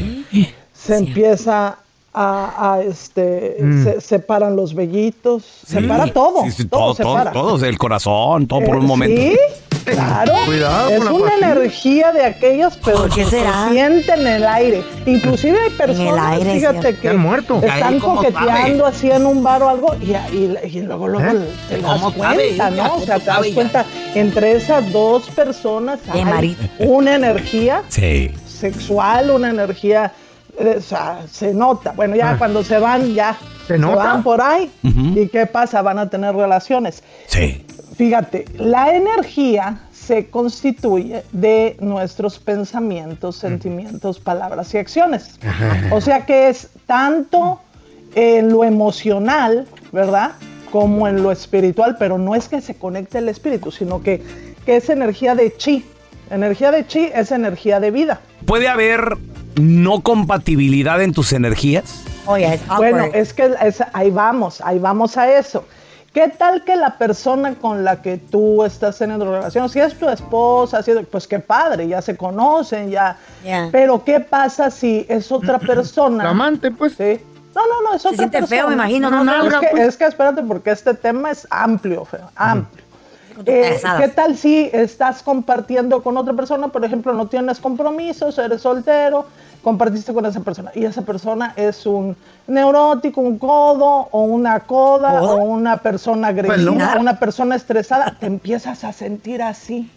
Speaker 21: empieza a, a, este,
Speaker 1: Mm.
Speaker 21: se separan los vellitos, se
Speaker 1: Sí.
Speaker 21: para todo,
Speaker 1: Sí, sí,
Speaker 21: todo, se para.
Speaker 1: todos, el corazón, todo por
Speaker 21: Eh,
Speaker 1: un momento.
Speaker 21: Sí, claro.
Speaker 1: Cuidado
Speaker 21: es
Speaker 1: con la
Speaker 21: una
Speaker 1: pastilla.
Speaker 21: energía de aquellas, pero
Speaker 2: ¿Por qué
Speaker 21: que se
Speaker 2: será?
Speaker 21: sienten en el aire. Inclusive hay personas,
Speaker 2: aire,
Speaker 21: fíjate,
Speaker 2: cierto.
Speaker 21: que
Speaker 2: Ya han muerto.
Speaker 21: están
Speaker 2: Ay, ¿cómo
Speaker 21: coqueteando así en un bar o algo y, y- y luego, luego ¿Eh? te das ¿Cómo cuenta, sabe ella? ¿no? O sea, ¿Cómo te das sabe ella? cuenta, entre esas dos personas
Speaker 2: Eh,
Speaker 21: hay
Speaker 2: Mari.
Speaker 21: una energía
Speaker 1: Sí.
Speaker 21: sexual, una energía, eh, o sea, se nota. Bueno, ya
Speaker 3: Ah.
Speaker 21: cuando se van, ya.
Speaker 3: ¿Se nota?
Speaker 21: van por ahí.
Speaker 3: Ujú.
Speaker 21: ¿Y qué pasa? Van a tener relaciones.
Speaker 1: Sí.
Speaker 21: Fíjate, la energía se constituye de nuestros pensamientos, sentimientos, palabras y acciones. O sea que es tanto en lo emocional, ¿verdad? Como en lo espiritual, pero no es que se conecte el espíritu, sino que, que es energía de chi. Energía de chi es energía de vida.
Speaker 1: ¿Puede haber no compatibilidad
Speaker 2: Oh,
Speaker 1: en tus energías?
Speaker 21: Bueno, es que es- ahí vamos, ahí vamos a eso. ¿Qué tal que la persona con la que tú estás teniendo relación, si es tu esposa, si es- pues qué padre, ya se conocen, ya.
Speaker 2: Ya.
Speaker 21: Pero ¿qué pasa si es otra persona?
Speaker 2: La
Speaker 21: amante, pues. Sí. No, no, no, es otra
Speaker 2: siente feo,
Speaker 21: persona.
Speaker 2: me imagino, ¿no?
Speaker 21: es,
Speaker 2: Nalga,
Speaker 21: que,
Speaker 2: pues.
Speaker 21: es que espérate, porque este tema es amplio, feo, amplio. Eh,
Speaker 2: Casadas.
Speaker 21: ¿Qué tal si estás compartiendo con otra persona? Por ejemplo, no tienes compromisos, eres soltero, compartiste con esa persona y esa persona es un neurótico, un codo o una coda o una persona agresiva,
Speaker 2: Pelona.
Speaker 21: una persona estresada. Te empiezas a sentir así.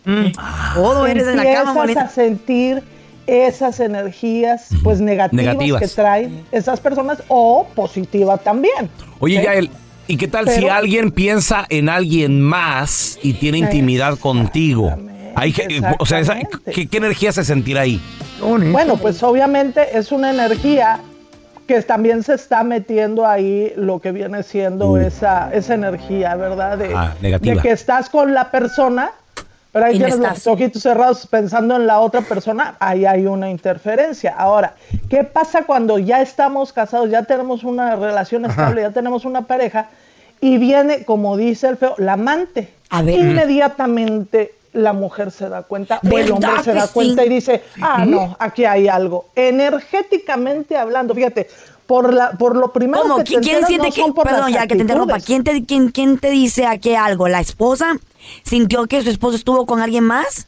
Speaker 2: Codo eres en la cama,
Speaker 21: Empiezas
Speaker 2: bonita.
Speaker 21: a sentir esas energías pues negativas,
Speaker 1: Negativas.
Speaker 21: que traen esas personas o positivas también.
Speaker 1: Oye, Yael, ¿y qué tal si
Speaker 21: ¿Eh? Pero- Eh,
Speaker 1: alguien piensa en alguien más y tiene
Speaker 21: Sí.
Speaker 1: intimidad contigo? Hay, que- o sea, esa- ¿qué, qué energía se sentirá ahí?
Speaker 21: Bueno, pues obviamente es una energía que también se está metiendo ahí lo que viene siendo esa, esa energía, ¿verdad? De,
Speaker 1: Ah, negativa.
Speaker 21: de que estás con la persona, pero ahí
Speaker 9: Y no
Speaker 21: tienes los
Speaker 9: estás.
Speaker 21: ojitos cerrados pensando en la otra persona, ahí hay una interferencia. Ahora, ¿qué pasa cuando ya estamos casados, ya tenemos una relación
Speaker 3: Ajá.
Speaker 21: estable, ya tenemos una pareja y viene, como dice el feo, la amante?
Speaker 2: A ver.
Speaker 21: Inmediatamente la mujer se da cuenta o el
Speaker 2: ¿Verdad
Speaker 21: hombre se
Speaker 2: que
Speaker 21: da
Speaker 2: sí?
Speaker 21: cuenta y dice, ah,
Speaker 2: ¿Mm?
Speaker 21: no, aquí hay algo. Energéticamente hablando, fíjate, por, la, por lo primero
Speaker 2: ¿Cómo?
Speaker 21: que
Speaker 2: ¿Qui-
Speaker 21: te
Speaker 2: ¿Quién
Speaker 21: enteras
Speaker 2: siente
Speaker 21: no
Speaker 2: que.?
Speaker 21: son por
Speaker 2: Perdón,
Speaker 21: las
Speaker 2: ya que te interrumpa.
Speaker 21: actitudes.
Speaker 2: ¿Quién te, quién, quién te dice a qué algo? ¿La esposa sintió que su esposo estuvo con alguien más?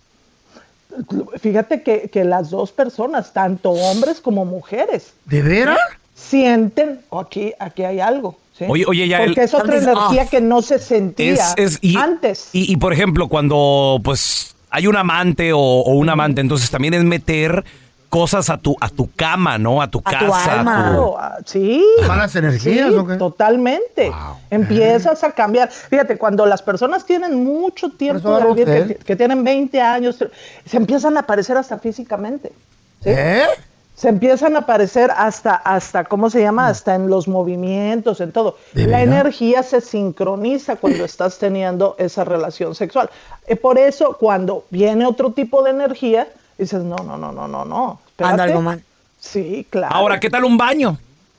Speaker 21: Fíjate que, que las dos personas, tanto hombres como mujeres.
Speaker 3: ¿De veras?
Speaker 21: Sienten, "Oh, aquí, aquí hay algo. ¿sí?
Speaker 1: Oye, oye, ya,
Speaker 21: Porque
Speaker 1: el-
Speaker 21: es otra
Speaker 1: Something's
Speaker 21: energía
Speaker 2: ah,
Speaker 1: off.
Speaker 21: que no se sentía
Speaker 1: Es- es- y,
Speaker 21: antes.
Speaker 1: Y, y, por ejemplo, cuando pues hay un amante o, o un amante, entonces también es meter cosas a tu, a tu cama, ¿no? A tu casa. a tu-
Speaker 21: Claro, ah, sí.
Speaker 3: Malas energías,
Speaker 21: Sí,
Speaker 3: ¿o qué?
Speaker 21: Totalmente. Empiezas a cambiar. Fíjate, cuando las personas tienen mucho tiempo de
Speaker 3: agarra
Speaker 21: vivir, que,
Speaker 3: usted.
Speaker 21: que tienen 20 años, se empiezan a parecer hasta físicamente. ¿sí?
Speaker 3: ¿Eh?
Speaker 21: Se empiezan a parecer hasta, hasta, ¿cómo se llama?
Speaker 3: Mm.
Speaker 21: Hasta en los movimientos, en todo. La energía se sincroniza cuando estás teniendo esa relación sexual. Eh, por eso, cuando viene otro tipo de energía, dices, no, no, no, no, no, no.
Speaker 1: Anda algo
Speaker 21: espérate".
Speaker 1: mal.
Speaker 21: Sí, claro.
Speaker 1: Ahora, ¿qué tal un baño?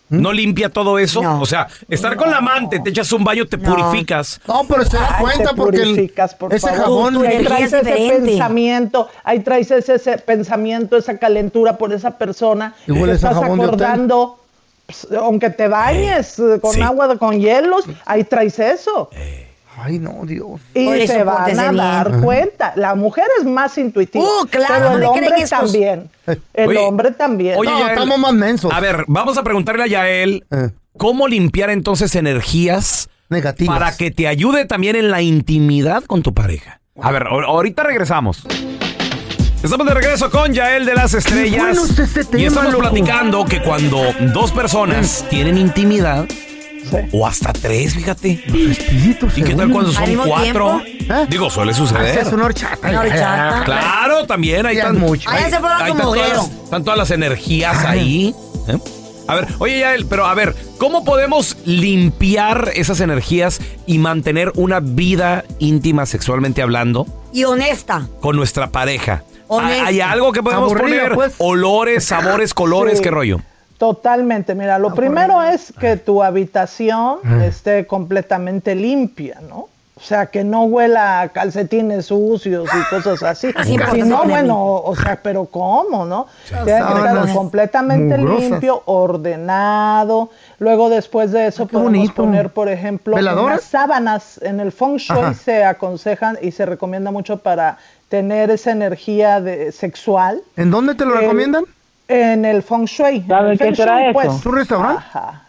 Speaker 1: ¿No limpia todo eso? O sea, estar con la amante, te echas un baño, te purificas.
Speaker 3: No, pero se da
Speaker 21: Ay,
Speaker 3: cuenta
Speaker 21: te
Speaker 3: porque el-
Speaker 21: purificas, por
Speaker 3: ese
Speaker 21: favor.
Speaker 3: jabón- Tu
Speaker 21: ahí
Speaker 3: energía
Speaker 21: traes
Speaker 3: es
Speaker 21: ese
Speaker 3: diferente.
Speaker 21: pensamiento, ahí traes ese, ese pensamiento, esa calentura por esa persona.
Speaker 3: Y huele
Speaker 21: te
Speaker 3: a
Speaker 21: estás
Speaker 3: jabón de hotel.
Speaker 21: acordando, pues, aunque te bañes eh, con agua, con hielos, ahí traes eso.
Speaker 3: Eh. Ay, no, Dios.
Speaker 21: Y
Speaker 3: Por eso
Speaker 21: se van
Speaker 3: pórtese
Speaker 21: a
Speaker 3: bien.
Speaker 21: dar
Speaker 3: Ajá.
Speaker 21: cuenta. La mujer es más intuitiva.
Speaker 3: Uh, claro,
Speaker 21: pero el
Speaker 3: ¿dónde creen
Speaker 21: hombre
Speaker 3: estos?
Speaker 21: también.
Speaker 3: Eh.
Speaker 21: El
Speaker 1: Oye,
Speaker 21: hombre también.
Speaker 1: Oye, Yael, A ver, vamos a preguntarle a Yael cómo limpiar entonces energías
Speaker 3: negativas
Speaker 1: para que te ayude también en la intimidad con tu pareja. A ver, ahor- ahorita regresamos. Estamos de regreso con Yael de las Estrellas.
Speaker 3: bueno está este tema,
Speaker 1: y estamos
Speaker 3: loco.
Speaker 1: platicando que cuando dos personas tienen intimidad, o hasta tres, fíjate. ¿Y qué tal cuando
Speaker 3: ¿Al
Speaker 1: son
Speaker 3: mismo
Speaker 1: cuatro?
Speaker 3: tiempo?
Speaker 1: Digo, suele suceder.
Speaker 3: Haces una horchata.
Speaker 2: Una horchata.
Speaker 1: Claro, también hay
Speaker 3: Ya
Speaker 1: tan,
Speaker 3: es mucho.
Speaker 2: Ah, ya se fueron
Speaker 1: hay
Speaker 2: como
Speaker 1: tan todas,
Speaker 2: guerrero.
Speaker 1: están todas las energías ahí. ¿eh? A ver, oye Yael, pero a ver, ¿cómo podemos limpiar esas energías y mantener una vida íntima sexualmente hablando
Speaker 2: Y honesta.
Speaker 1: con nuestra pareja? Ah, ¿Hay,
Speaker 2: Honesta.
Speaker 1: hay algo que podemos
Speaker 2: Aburrida,
Speaker 1: poner?
Speaker 2: pues.
Speaker 1: Olores, sabores, colores,
Speaker 21: Sí.
Speaker 1: ¿qué rollo?
Speaker 21: Totalmente, mira,
Speaker 3: Ah,
Speaker 21: lo primero es que tu habitación esté completamente limpia, ¿no? O sea, que no huela a calcetines sucios y cosas así. si
Speaker 2: Así Ah, importante
Speaker 21: no,
Speaker 2: ponerlo.
Speaker 21: bueno, o sea, pero ¿cómo, no? Debe
Speaker 2: Las
Speaker 21: estar
Speaker 2: sábanas
Speaker 21: completamente
Speaker 2: mugrosas.
Speaker 21: limpio, ordenado. Luego, después de eso, podemos
Speaker 3: Ah, bonito.
Speaker 21: poner, por ejemplo,
Speaker 3: ¿Veladoras?
Speaker 21: unas sábanas. En el feng shui
Speaker 3: Ajá.
Speaker 21: se aconsejan y se recomienda mucho para tener esa energía de, sexual.
Speaker 3: ¿En dónde te lo
Speaker 21: El-
Speaker 3: recomiendan?
Speaker 21: En el feng shui.
Speaker 3: ¿Saben
Speaker 21: El feng
Speaker 3: qué será
Speaker 21: shui,
Speaker 3: eso?
Speaker 21: pues.
Speaker 3: ¿Tu restaurante?
Speaker 21: Ajá,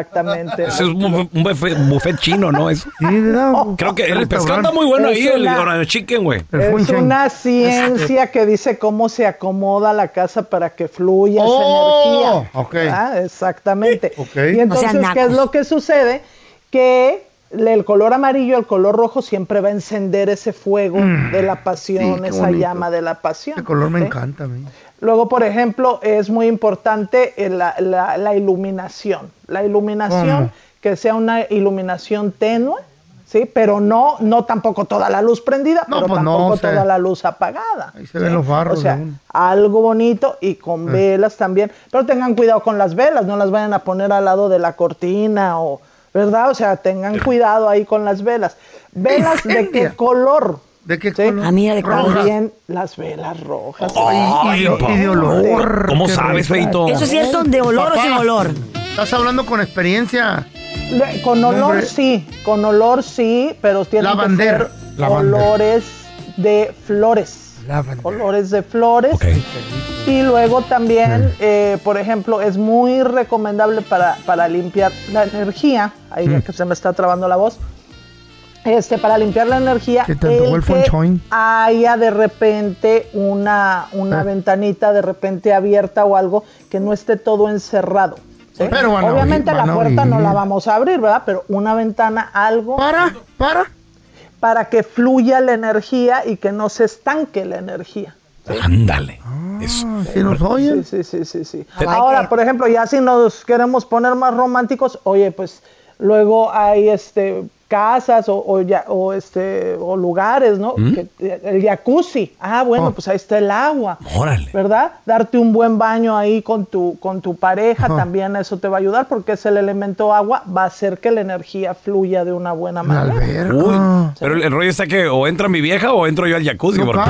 Speaker 21: exactamente.
Speaker 1: Ese es un, un buffet, buffet chino, ¿no? Eso. Creo que el pescado
Speaker 21: Restaurante.
Speaker 1: está muy bueno ahí,
Speaker 21: Es
Speaker 1: el
Speaker 21: una-
Speaker 1: orange chicken, güey.
Speaker 21: Es una ciencia que dice cómo se acomoda la casa para que fluya
Speaker 3: Oh,
Speaker 21: esa energía.
Speaker 3: ok.
Speaker 21: Ah, Exactamente.
Speaker 3: Ok.
Speaker 21: Y
Speaker 3: O sea,
Speaker 21: entonces, ¿qué es
Speaker 3: nacos.
Speaker 21: lo que sucede? Que le- el color amarillo, el color rojo siempre va a encender ese fuego de la pasión,
Speaker 3: Mm. sí, qué
Speaker 21: esa
Speaker 3: bonito.
Speaker 21: llama de la pasión.
Speaker 3: Ese color me
Speaker 21: ¿sí?
Speaker 3: encanta a mí.
Speaker 21: Luego, por ejemplo, es muy importante eh, la, la- la iluminación. La iluminación,
Speaker 3: ¿Cómo?
Speaker 21: que sea una iluminación tenue, ¿sí? Pero no, no tampoco toda la luz prendida,
Speaker 3: No,
Speaker 21: pero
Speaker 3: pues no,
Speaker 21: tampoco
Speaker 3: o sea,
Speaker 21: toda la luz apagada.
Speaker 3: Ahí se ven los barros.
Speaker 21: O sea,
Speaker 3: de uno. Eh.
Speaker 21: algo bonito y con velas también. Pero tengan cuidado con las velas, no las vayan a poner al lado de la cortina o ¿verdad? O sea, tengan cuidado ahí con las velas. ¿Velas de qué
Speaker 3: Eh. Incendia.
Speaker 21: color? ¿De qué color?
Speaker 3: Ah, mira, de color.
Speaker 21: También las velas rojas.
Speaker 3: Ay, y de olor.
Speaker 1: ¿Cómo
Speaker 3: Qué
Speaker 1: sabes,
Speaker 3: rico.
Speaker 1: Feito?
Speaker 21: Eso sí es donde olor o sin olor.
Speaker 3: Estás hablando con experiencia.
Speaker 21: Le- Con olor
Speaker 3: Hombre.
Speaker 21: sí, con olor sí, pero tienen
Speaker 3: Lavander.
Speaker 21: que ser
Speaker 3: Lavander.
Speaker 21: olores de flores. Olores de flores. Y luego también, eh, por ejemplo, es muy recomendable para, para limpiar la energía. Ahí ya
Speaker 3: Mm.
Speaker 21: que se me está trabando la voz. Este, para limpiar la energía,
Speaker 3: Que te antojó el fonchoin.
Speaker 21: haya de repente una, una
Speaker 3: Ah.
Speaker 21: ventanita de repente abierta o algo que no esté todo encerrado. ¿sí?
Speaker 3: Pero van a abrir,
Speaker 21: Obviamente
Speaker 3: van
Speaker 21: la
Speaker 3: a
Speaker 21: puerta no
Speaker 3: abrir.
Speaker 21: la vamos a abrir, ¿verdad? Pero una ventana, algo.
Speaker 3: Para, para.
Speaker 21: Para que fluya la energía y que no se estanque la energía.
Speaker 1: Ándale.
Speaker 15: Ah,
Speaker 1: Eso.
Speaker 21: Sí, sí, sí, sí, sí. Ahora, por ejemplo, ya si nos queremos poner más románticos, oye, pues luego hay este casas o, o ya- o, este o lugares, ¿no?
Speaker 1: ¿Mm? Oh.
Speaker 21: Que- el jacuzzi. Ah, bueno, pues ahí está el agua.
Speaker 1: Órale.
Speaker 21: ¿Verdad? Darte un buen baño ahí con tu con tu pareja
Speaker 3: Ajá.
Speaker 21: también eso te va a ayudar porque es el elemento agua, va a hacer que la energía fluya de una buena manera.
Speaker 1: Uy, pero el, el rollo está que o entra mi vieja o entro yo al jacuzzi. porque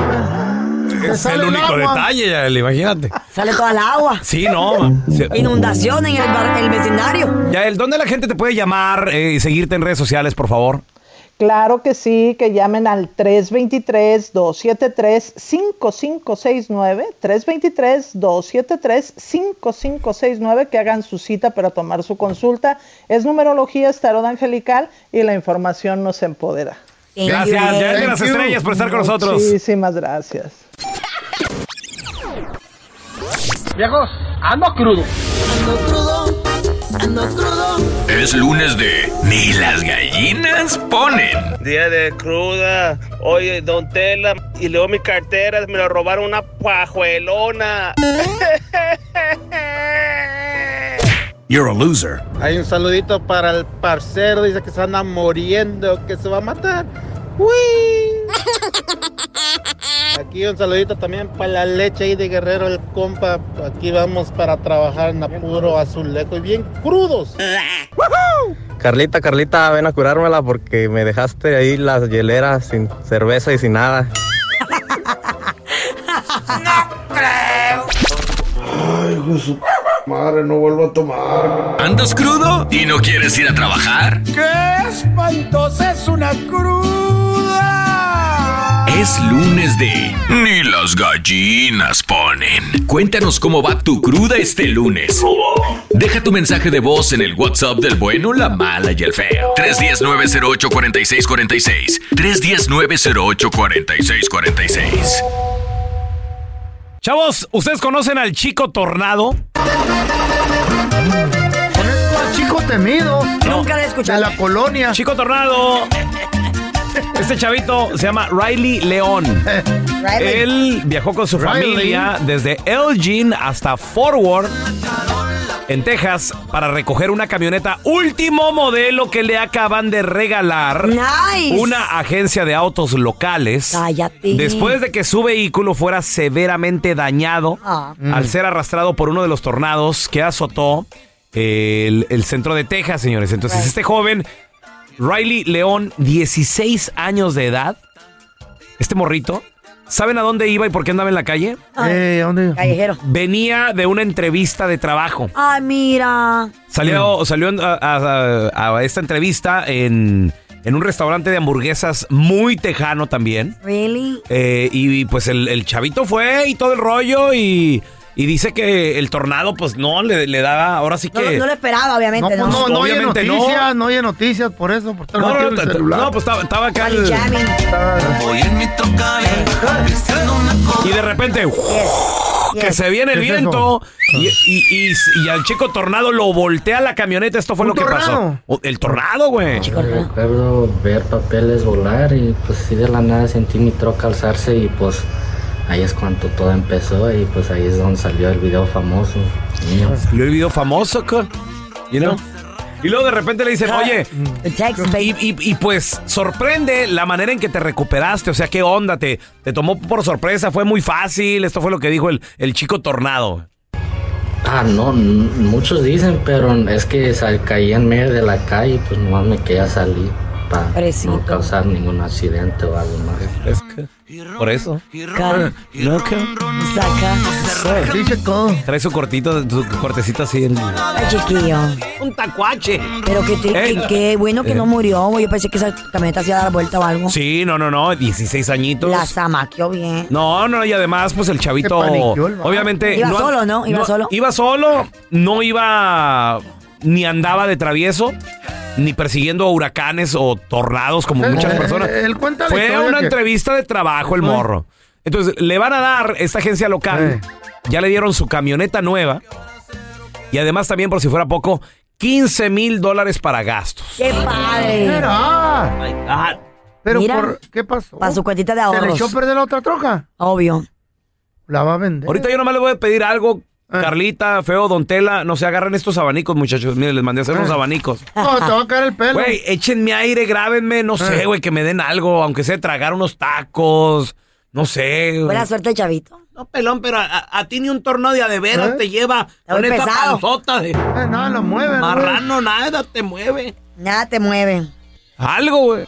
Speaker 1: es el único detalle, ya, imagínate.
Speaker 2: Sale toda la agua.
Speaker 1: Sí, no. ma. Sí.
Speaker 2: Inundación en el, bar- el vecindario.
Speaker 1: Yael, ¿dónde la gente te puede llamar eh, y seguirte en redes sociales, por favor?
Speaker 21: Claro que sí, que llamen al 323-273-5569, 323-273-5569, que hagan su cita para tomar su consulta. Es numerología, es tarot angelical y la información nos empodera.
Speaker 1: Gracias, Yael de las Estrellas, por estar con nosotros.
Speaker 21: Muchísimas gracias.
Speaker 3: Viejos, ando crudo.
Speaker 15: Ando crudo, ando crudo.
Speaker 10: Es lunes de Ni las gallinas ponen.
Speaker 9: Día de cruda. Oye, don Tela. Y luego mi cartera me la robaron una pajuelona.
Speaker 22: You're a loser.
Speaker 9: Hay un saludito para el parcero. Dice que se anda muriendo, que se va a matar. ¡Uy! Aquí un saludito también para la leche ahí de Guerrero, el compa. Aquí vamos para trabajar en apuro azuleco y bien crudos.
Speaker 23: Carlita, Carlita, ven a curármela porque me dejaste ahí las hieleras sin cerveza y sin nada.
Speaker 14: Ay, hijo de su madre, no vuelvo a tomar.
Speaker 10: ¿Andas crudo y no quieres ir a trabajar?
Speaker 15: ¡Qué espantosa es una cruda!
Speaker 10: Es lunes de Ni las gallinas ponen. Cuéntanos cómo va tu cruda este lunes. Deja tu mensaje de voz en el WhatsApp del bueno, la mala y el feo. 319-08-4646. 319-08-4646.
Speaker 1: Chavos, ¿ustedes conocen al chico tornado?
Speaker 3: Chico temido.
Speaker 2: Nunca le escuchado.
Speaker 3: De la colonia.
Speaker 1: Chico tornado. Este chavito se llama Riley León.
Speaker 3: Riley.
Speaker 1: Él viajó con su
Speaker 3: Riley.
Speaker 1: familia desde Elgin hasta Forward, en Texas, para recoger una camioneta último modelo que le acaban de regalar
Speaker 2: Nice.
Speaker 1: una agencia de autos locales.
Speaker 2: Cállate.
Speaker 1: Después de que su vehículo fuera severamente dañado
Speaker 2: Ah.
Speaker 1: al
Speaker 2: Mm.
Speaker 1: ser arrastrado por uno de los tornados que azotó el, el centro de Texas, señores. Entonces, este joven, Riley León, 16 años de edad, este morrito, ¿saben a dónde iba y por qué andaba en la calle?
Speaker 3: Eh, ¿dónde?
Speaker 2: Callejero.
Speaker 1: Venía de una entrevista de trabajo.
Speaker 2: Ay, mira.
Speaker 1: Salió, salió en- a, a- a esta entrevista en, en un restaurante de hamburguesas muy tejano también.
Speaker 2: Really?
Speaker 1: Eh, y pues el, el chavito fue y todo el rollo y, y dice que el tornado pues no le, le daba, ahora sí
Speaker 2: No,
Speaker 1: que...
Speaker 2: lo- no lo esperaba,
Speaker 3: No,
Speaker 2: obviamente,
Speaker 3: pues
Speaker 2: ¿no?
Speaker 3: no, no oye
Speaker 1: Obviamente no.
Speaker 3: noticias, no oye noticias por eso, por estar
Speaker 1: No, no,
Speaker 3: metido en
Speaker 1: no,
Speaker 3: el
Speaker 1: t-
Speaker 3: celular.
Speaker 1: no, pues estaba, estaba acá el- Y de repente, que se viene el
Speaker 3: ¿Qué es
Speaker 1: viento y, y- y- y al chico tornado lo voltea la camioneta. Esto fue lo que pasó.
Speaker 17: tornado?
Speaker 1: O- El tornado, güey.
Speaker 17: En el pueblo ver papeles volar y pues sí de la nada sentí mi troca alzarse y pues ahí es cuando todo empezó y pues ahí es donde salió el video famoso mío.
Speaker 1: Salió el video famoso, co- you know? Y luego de repente le dicen, oye, y, y- y, pues sorprende la manera en que te recuperaste, o sea, qué onda, te, te tomó por sorpresa, fue muy fácil, esto fue lo que dijo el, el chico tornado.
Speaker 17: Ah, no, n- muchos dicen, pero es que sal- caí en medio de la calle, pues nomás me quería salir para no causar ningún accidente o algo más.
Speaker 1: Por eso.
Speaker 17: Ca-
Speaker 1: Saca. Trae su cortito, su cortecito así. en-
Speaker 2: Ay, chiquillo.
Speaker 4: Un tacuache.
Speaker 2: Pero que te-
Speaker 1: Eh.
Speaker 2: que- qué bueno que
Speaker 1: Eh.
Speaker 2: no murió, güey. Yo pensé que esa camioneta se iba a dar vuelta o algo.
Speaker 1: Sí, no, no, no. 16 añitos.
Speaker 2: La zamaqueó bien.
Speaker 1: No, no, y además, pues el chavito.
Speaker 2: Se paniqueó el vato.
Speaker 1: obviamente.
Speaker 2: Iba solo, ¿no? Iba solo.
Speaker 1: Iba solo, no iba. Ni andaba de travieso, ni persiguiendo huracanes o tornados como muchas
Speaker 3: Eh,
Speaker 1: personas.
Speaker 3: él cuenta la
Speaker 1: Fue
Speaker 3: historia
Speaker 1: una
Speaker 3: que-
Speaker 1: entrevista de trabajo el morro. Entonces, le van a dar esta agencia
Speaker 3: Eh.
Speaker 1: local. Ya le dieron su camioneta nueva. Y además, también, por si fuera poco, 15 mil dólares para gastos.
Speaker 2: ¡Qué padre!
Speaker 3: Era. Pero por-
Speaker 2: ¿qué pasó? Para su cuentita de
Speaker 3: ¿Se
Speaker 2: ahorros.
Speaker 3: le echó a perder la otra troca?
Speaker 2: Obvio.
Speaker 3: La va a vender.
Speaker 1: Ahorita yo nomás les voy a pedir algo.
Speaker 3: Ah.
Speaker 1: Carlita, feo, don Tela, no se agarren estos abanicos, muchachos. Miren, les mandé a hacer unos abanicos.
Speaker 3: Ah. No, te va a caer el pelo. Ah.
Speaker 1: Güey, échenme aire, grábenme, no sé, güey, que me den algo, aunque sea tragar unos tacos, no sé. güey.
Speaker 2: Buena suerte, chavito.
Speaker 4: No, pelón, pero a, a- a ti ni un torno de adeveras te lleva con
Speaker 2: voy
Speaker 4: esa
Speaker 2: pesado.
Speaker 4: panzota de...
Speaker 3: nada Eh, lo mueve.
Speaker 4: Marrano, nada te mueve.
Speaker 2: Nada te mueve.
Speaker 1: Algo, güey.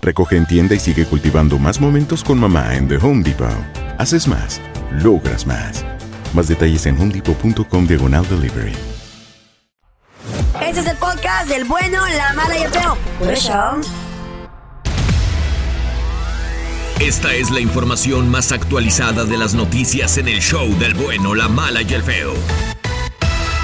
Speaker 20: Recoge en tienda y sigue cultivando más momentos con mamá en The Home Depot. Haces más, logras más. Más detalles en homedepot.com diagonal delivery.
Speaker 2: Este es el podcast del bueno, la mala y el feo. Por eso.
Speaker 10: Esta es la información más actualizada de las noticias en el show del bueno, la mala y el feo.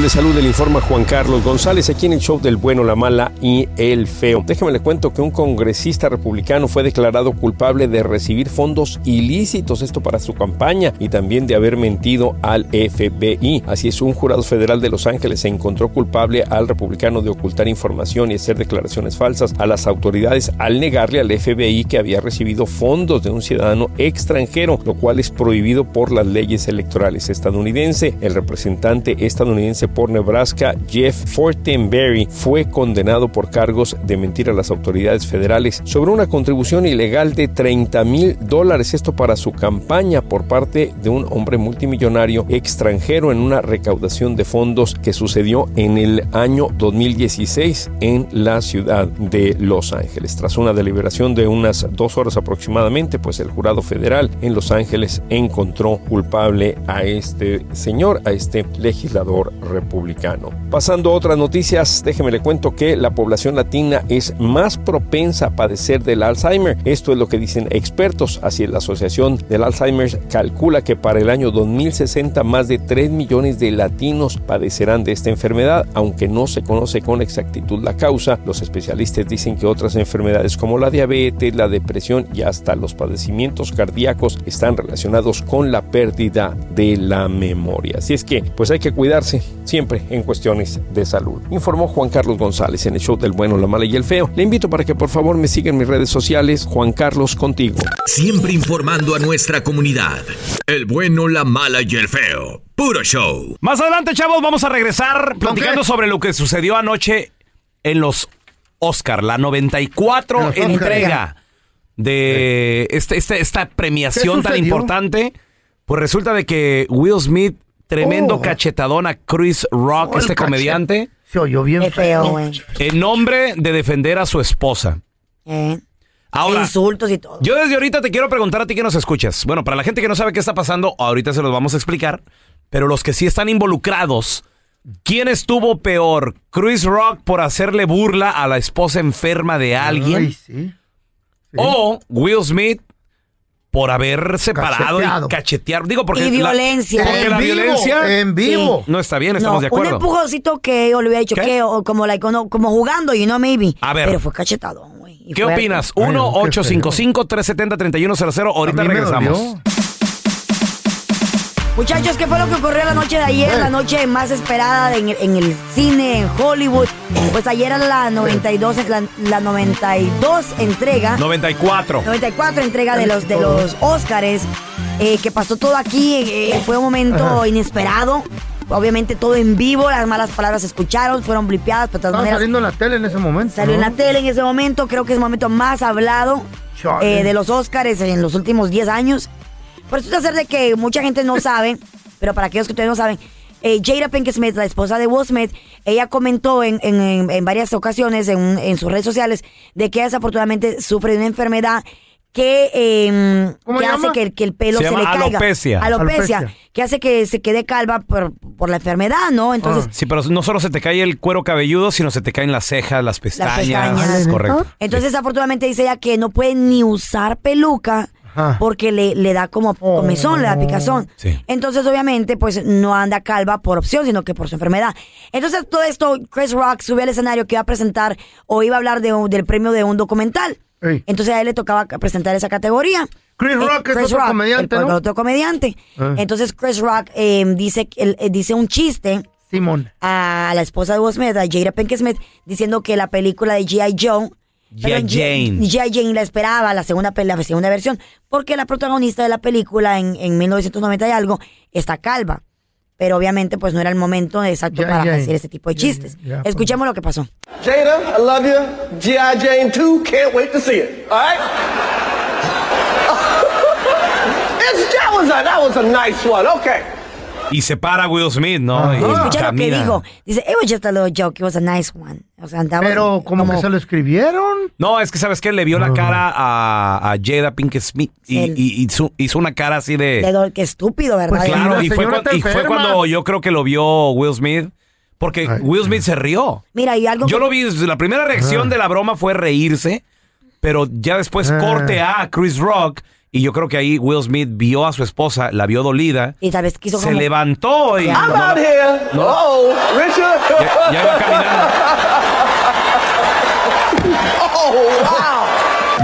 Speaker 6: Le saluda, le informa Juan Carlos González aquí en el show del bueno, la mala y el feo. Déjeme le cuento que un congresista republicano fue declarado culpable de recibir fondos ilícitos, esto para su campaña, y también de haber mentido al FBI. Así es, un jurado federal de Los Ángeles se encontró culpable al republicano de ocultar información y hacer declaraciones falsas a las autoridades al negarle al FBI que había recibido fondos de un ciudadano extranjero, lo cual es prohibido por las leyes electorales estadounidense. El representante estadounidense por Nebraska, Jeff Fortenberry, fue condenado por cargos de mentir a las autoridades federales sobre una contribución ilegal de 30 mil dólares, esto para su campaña por parte de un hombre multimillonario extranjero en una recaudación de fondos que sucedió en el año 2016 en la ciudad de Los Ángeles. Tras una deliberación de unas dos horas aproximadamente, pues el jurado federal en Los Ángeles encontró culpable a este señor, a este legislador republicano. Pasando a otras noticias, déjeme le cuento que la población latina es más propensa a padecer del Alzheimer. Esto es lo que dicen expertos. Así es, la Asociación del Alzheimer calcula que para el año 2060 más de 3 millones de latinos padecerán de esta enfermedad, aunque no se conoce con exactitud la causa. Los especialistas dicen que otras enfermedades como la diabetes, la depresión y hasta los padecimientos cardíacos están relacionados con la pérdida de la memoria. Así es que, pues hay que cuidarse siempre en cuestiones de salud. Informó Juan Carlos González en el show del bueno, la mala y el feo. Le invito para que por favor me sigan en mis redes sociales. Juan Carlos contigo.
Speaker 10: Siempre informando a nuestra comunidad. El bueno, la mala y el feo. Puro show.
Speaker 1: Más adelante, chavos, vamos a regresar platicando sobre lo que sucedió anoche en los Oscar, la 94
Speaker 4: Los Oscar.
Speaker 1: entrega de este, este- esta premiación
Speaker 4: ¿Qué
Speaker 1: tan
Speaker 4: sucedió?
Speaker 1: importante. Pues resulta de que Will Smith, tremendo
Speaker 4: Oh.
Speaker 1: cachetadón a Chris Rock,
Speaker 4: Oh, el
Speaker 1: este
Speaker 4: cachet-
Speaker 1: comediante,
Speaker 3: Se oyó bien
Speaker 2: Qué feo, güey.
Speaker 1: en nombre de defender a su esposa.
Speaker 2: Eh,
Speaker 1: Ahora,
Speaker 2: Insultos y todo.
Speaker 1: yo desde ahorita te quiero preguntar a ti que nos escuchas. Bueno, para la gente que no sabe qué está pasando, ahorita se los vamos a explicar. Pero los que sí están involucrados, ¿quién estuvo peor? ¿Chris Rock por hacerle burla a la esposa enferma de alguien?
Speaker 3: Ay, sí.
Speaker 1: O Will Smith por haber separado
Speaker 3: Cacheteado.
Speaker 1: y cachetear. Digo, porque.
Speaker 2: Y
Speaker 1: la-
Speaker 2: violencia.
Speaker 1: porque
Speaker 2: En
Speaker 1: la
Speaker 2: vivo,
Speaker 1: violencia.
Speaker 2: en vivo.
Speaker 1: No está bien, estamos
Speaker 2: No,
Speaker 1: de
Speaker 2: un
Speaker 1: acuerdo.
Speaker 2: empujoncito que yo le hubiera dicho que, o como, like, no, como jugando, you know, maybe.
Speaker 1: A ver.
Speaker 2: Pero fue cachetado.
Speaker 1: ¿Qué
Speaker 2: fuerte.
Speaker 1: opinas?
Speaker 2: Ay, no, qué
Speaker 1: 1-855-370-3100. Ahorita
Speaker 3: A mí me
Speaker 1: regresamos.
Speaker 3: dolió.
Speaker 2: Muchachos, ¿qué fue lo que ocurrió la noche de ayer?
Speaker 3: Eh.
Speaker 2: La noche más esperada en el, en el cine, en Hollywood. Pues ayer era la 92, en- la, la 92 entrega.
Speaker 1: 94.
Speaker 2: 94 entrega de los de los Óscares, eh, que pasó todo aquí, eh, fue un momento
Speaker 3: Ajá.
Speaker 2: inesperado. Obviamente todo en vivo, las malas palabras se escucharon, fueron blipeadas, pero de todas
Speaker 3: Estaba
Speaker 2: maneras
Speaker 3: saliendo en la tele en ese momento.
Speaker 2: salió en
Speaker 3: ¿no?
Speaker 2: la tele en ese momento, creo que es el momento más hablado
Speaker 3: Chale.
Speaker 2: eh, de los Óscares en los últimos 10 años. Por eso hacer de que mucha gente no sabe, pero para aquellos que todavía no saben, eh, Jada Pinkett Smith, la esposa de Will Smith, ella comentó en, en- en- en varias ocasiones en, un- en sus redes sociales de que desafortunadamente sufre de una enfermedad que, eh,
Speaker 3: ¿Cómo
Speaker 2: que
Speaker 3: se
Speaker 2: hace
Speaker 3: llama?
Speaker 2: que, el- que el pelo
Speaker 3: Se
Speaker 2: se,
Speaker 3: llama
Speaker 2: le caiga.
Speaker 1: alopecia.
Speaker 2: Alopecia,
Speaker 1: Alopecia.
Speaker 2: Que hace que se quede calva por, por la enfermedad, ¿no? Entonces,
Speaker 1: sí, pero no solo se te cae el cuero cabelludo, sino se te caen las cejas, las
Speaker 2: las
Speaker 1: pestañas. Ah,
Speaker 2: pestañas.
Speaker 1: Correcto.
Speaker 2: Entonces, desafortunadamente dice ella que no puede ni usar peluca porque le, le da como
Speaker 1: Oh,
Speaker 2: comezón, le da picazón.
Speaker 1: Sí.
Speaker 2: Entonces, obviamente, pues no anda calva por opción, sino que por su enfermedad. Entonces, todo esto, Chris Rock sube al escenario que iba a presentar o iba a hablar de un- del premio de un documental.
Speaker 3: Ey.
Speaker 2: Entonces, a él le tocaba presentar esa categoría. Eh,
Speaker 3: Chris Rock es otro comediante,
Speaker 2: el-
Speaker 3: ¿no?
Speaker 2: otro comediante.
Speaker 3: Ah.
Speaker 2: Entonces, Chris Rock eh, dice, que- él, eh, dice un chiste
Speaker 3: Simón.
Speaker 2: a la esposa de Will Smith, a Jada Pinkett Smith, diciendo que la película de G.I. Joe.
Speaker 1: G.I.
Speaker 2: perdón, G-
Speaker 1: Jane.
Speaker 2: G.I. Jane la esperaba, la segunda, pe- la segunda versión, porque la protagonista de la película en, en 1990 y algo está calva. Pero obviamente, pues no era el momento exacto
Speaker 24: G.I.
Speaker 2: para
Speaker 24: Jane.
Speaker 2: hacer ese tipo de chistes.
Speaker 24: Jane, ya, pues.
Speaker 2: Escuchemos lo que pasó.
Speaker 24: Jada, I love you. G.I. Jane 2, can't wait to see it. All right? It's- that, was a, that was a nice one. Okay.
Speaker 1: Y se para Will Smith, ¿no? Y
Speaker 2: Escucha lo que
Speaker 1: camina.
Speaker 2: dijo. Dice, it was just a little joke, it was a nice one. O sea, andaba
Speaker 3: Pero como que se lo escribieron.
Speaker 1: No, es que sabes que le vio la cara a, a Jada Pinkett Smith y,
Speaker 2: El-
Speaker 1: y hizo, hizo una cara así de.
Speaker 2: le doy- qué estúpido, ¿verdad?
Speaker 1: Eh. claro, y fue, cuan- y fue cuando yo creo que lo vio Will Smith, porque Will Smith se rió.
Speaker 2: Mira, y algo
Speaker 1: Yo
Speaker 2: que-
Speaker 1: lo vi, la primera reacción de la broma fue reírse, pero ya después
Speaker 2: Ah.
Speaker 1: corte a Chris Rock y yo creo que ahí Will Smith vio a su esposa, la vio dolida,
Speaker 2: Y tal vez quiso
Speaker 1: se
Speaker 2: como-
Speaker 1: levantó y...
Speaker 24: I'm
Speaker 1: no-
Speaker 24: out here.
Speaker 1: no.
Speaker 24: Oh, Richard.
Speaker 1: Ya- ya iba
Speaker 24: oh,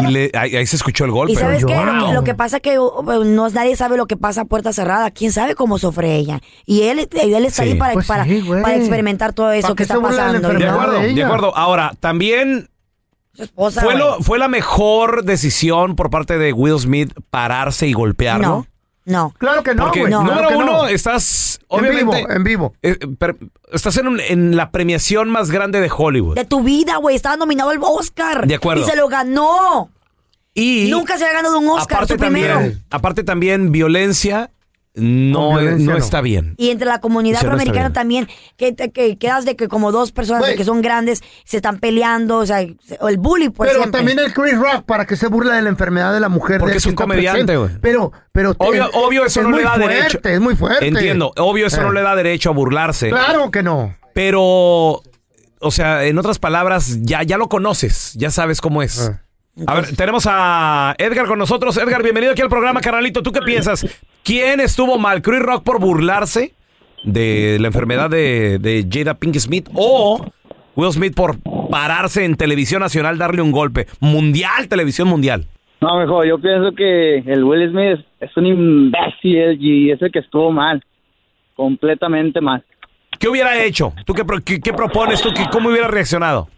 Speaker 24: wow.
Speaker 1: Y le- ahí, ahí se escuchó el golpe.
Speaker 2: Y sabes qué? Lo
Speaker 1: Wow.
Speaker 2: que, lo que pasa que oh, oh, no, nadie sabe lo que pasa a puerta cerrada. ¿Quién sabe cómo sufre ella? Y él, él está
Speaker 1: Sí.
Speaker 2: ahí para, para, para experimentar todo eso
Speaker 3: ¿Para
Speaker 2: que
Speaker 3: qué
Speaker 2: está
Speaker 3: se burla de la
Speaker 2: pasando.
Speaker 1: De
Speaker 2: ¿no?
Speaker 1: acuerdo, de acuerdo. Ahora, también
Speaker 2: Su esposa,
Speaker 1: fue,
Speaker 2: güey.
Speaker 1: lo- fue la mejor decisión por parte de Will Smith pararse y golpearlo.
Speaker 2: No, no.
Speaker 3: Claro que
Speaker 1: Porque número uno, estás
Speaker 3: En
Speaker 1: obviamente Eh,
Speaker 3: vivo, en vivo.
Speaker 1: estás en, un- en la premiación más grande de Hollywood.
Speaker 2: De tu vida, güey. Estaba nominado al Oscar.
Speaker 1: De acuerdo.
Speaker 2: Y se lo ganó.
Speaker 1: Y
Speaker 2: Nunca se había ganado un Oscar,
Speaker 1: aparte
Speaker 2: su primero.
Speaker 1: también, aparte también violencia no es-
Speaker 3: Con violencia
Speaker 1: no
Speaker 3: no.
Speaker 1: está bien.
Speaker 2: Y entre la comunidad
Speaker 1: Sí, no está
Speaker 2: afroamericana
Speaker 1: bien.
Speaker 2: también, que, te- que quedas de que como dos personas de que son grandes se están peleando, o sea, se- o el bully, pues. por
Speaker 3: pero
Speaker 2: siempre.
Speaker 3: también el Chris Rock, para que se burla de la enfermedad de la mujer.
Speaker 1: Porque
Speaker 3: de
Speaker 1: es un
Speaker 3: que está
Speaker 1: comediante,
Speaker 3: presente.
Speaker 1: güey.
Speaker 3: Pero, pero.
Speaker 1: Obvio,
Speaker 3: es-
Speaker 1: obvio eso
Speaker 3: es
Speaker 1: no
Speaker 3: muy
Speaker 1: le da
Speaker 3: fuerte,
Speaker 1: derecho.
Speaker 3: Es muy fuerte.
Speaker 1: Entiendo, obvio eso
Speaker 3: Eh,
Speaker 1: no le da derecho a burlarse.
Speaker 3: Claro que no.
Speaker 1: Pero, o sea, en otras palabras, ya, ya lo conoces, ya sabes cómo es. A ver, tenemos a Edgar con nosotros. Edgar, bienvenido aquí al programa, carnalito. ¿Tú qué piensas? ¿Quién estuvo mal, Chris Rock, por burlarse de la enfermedad de, de Jada Pinkett Smith o Will Smith por pararse en televisión nacional, darle un golpe? Mundial, televisión mundial.
Speaker 18: No, mejor, yo pienso que el Will Smith es, es un imbécil y es el que estuvo mal, completamente mal.
Speaker 1: ¿Qué hubiera hecho? ¿Tú qué, pro- qué- qué propones tú? ¿Qué- ¿Cómo hubiera reaccionado?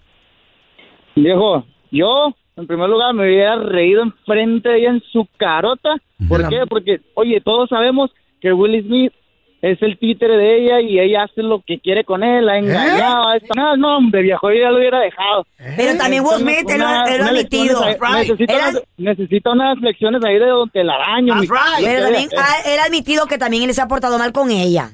Speaker 18: Viejo, yo en primer lugar me hubiera reído enfrente de ella en su carota. ¿Por qué? Porque, oye, todos sabemos que Will Smith
Speaker 7: es el títere de ella y ella hace lo que quiere con él,
Speaker 2: ¿Eh?
Speaker 7: ha engañado, a esta- no, no, hombre, viejo, yo ya lo hubiera dejado.
Speaker 2: Pero también vos mete, lo ha- lo ha admitido. That's right.
Speaker 7: Necesita, unas, necesita unas lecciones ahí de Don Telaraño. mi- Eh, mi-
Speaker 2: Ah, Pero también ha- él ha admitido que también él se ha portado mal con ella.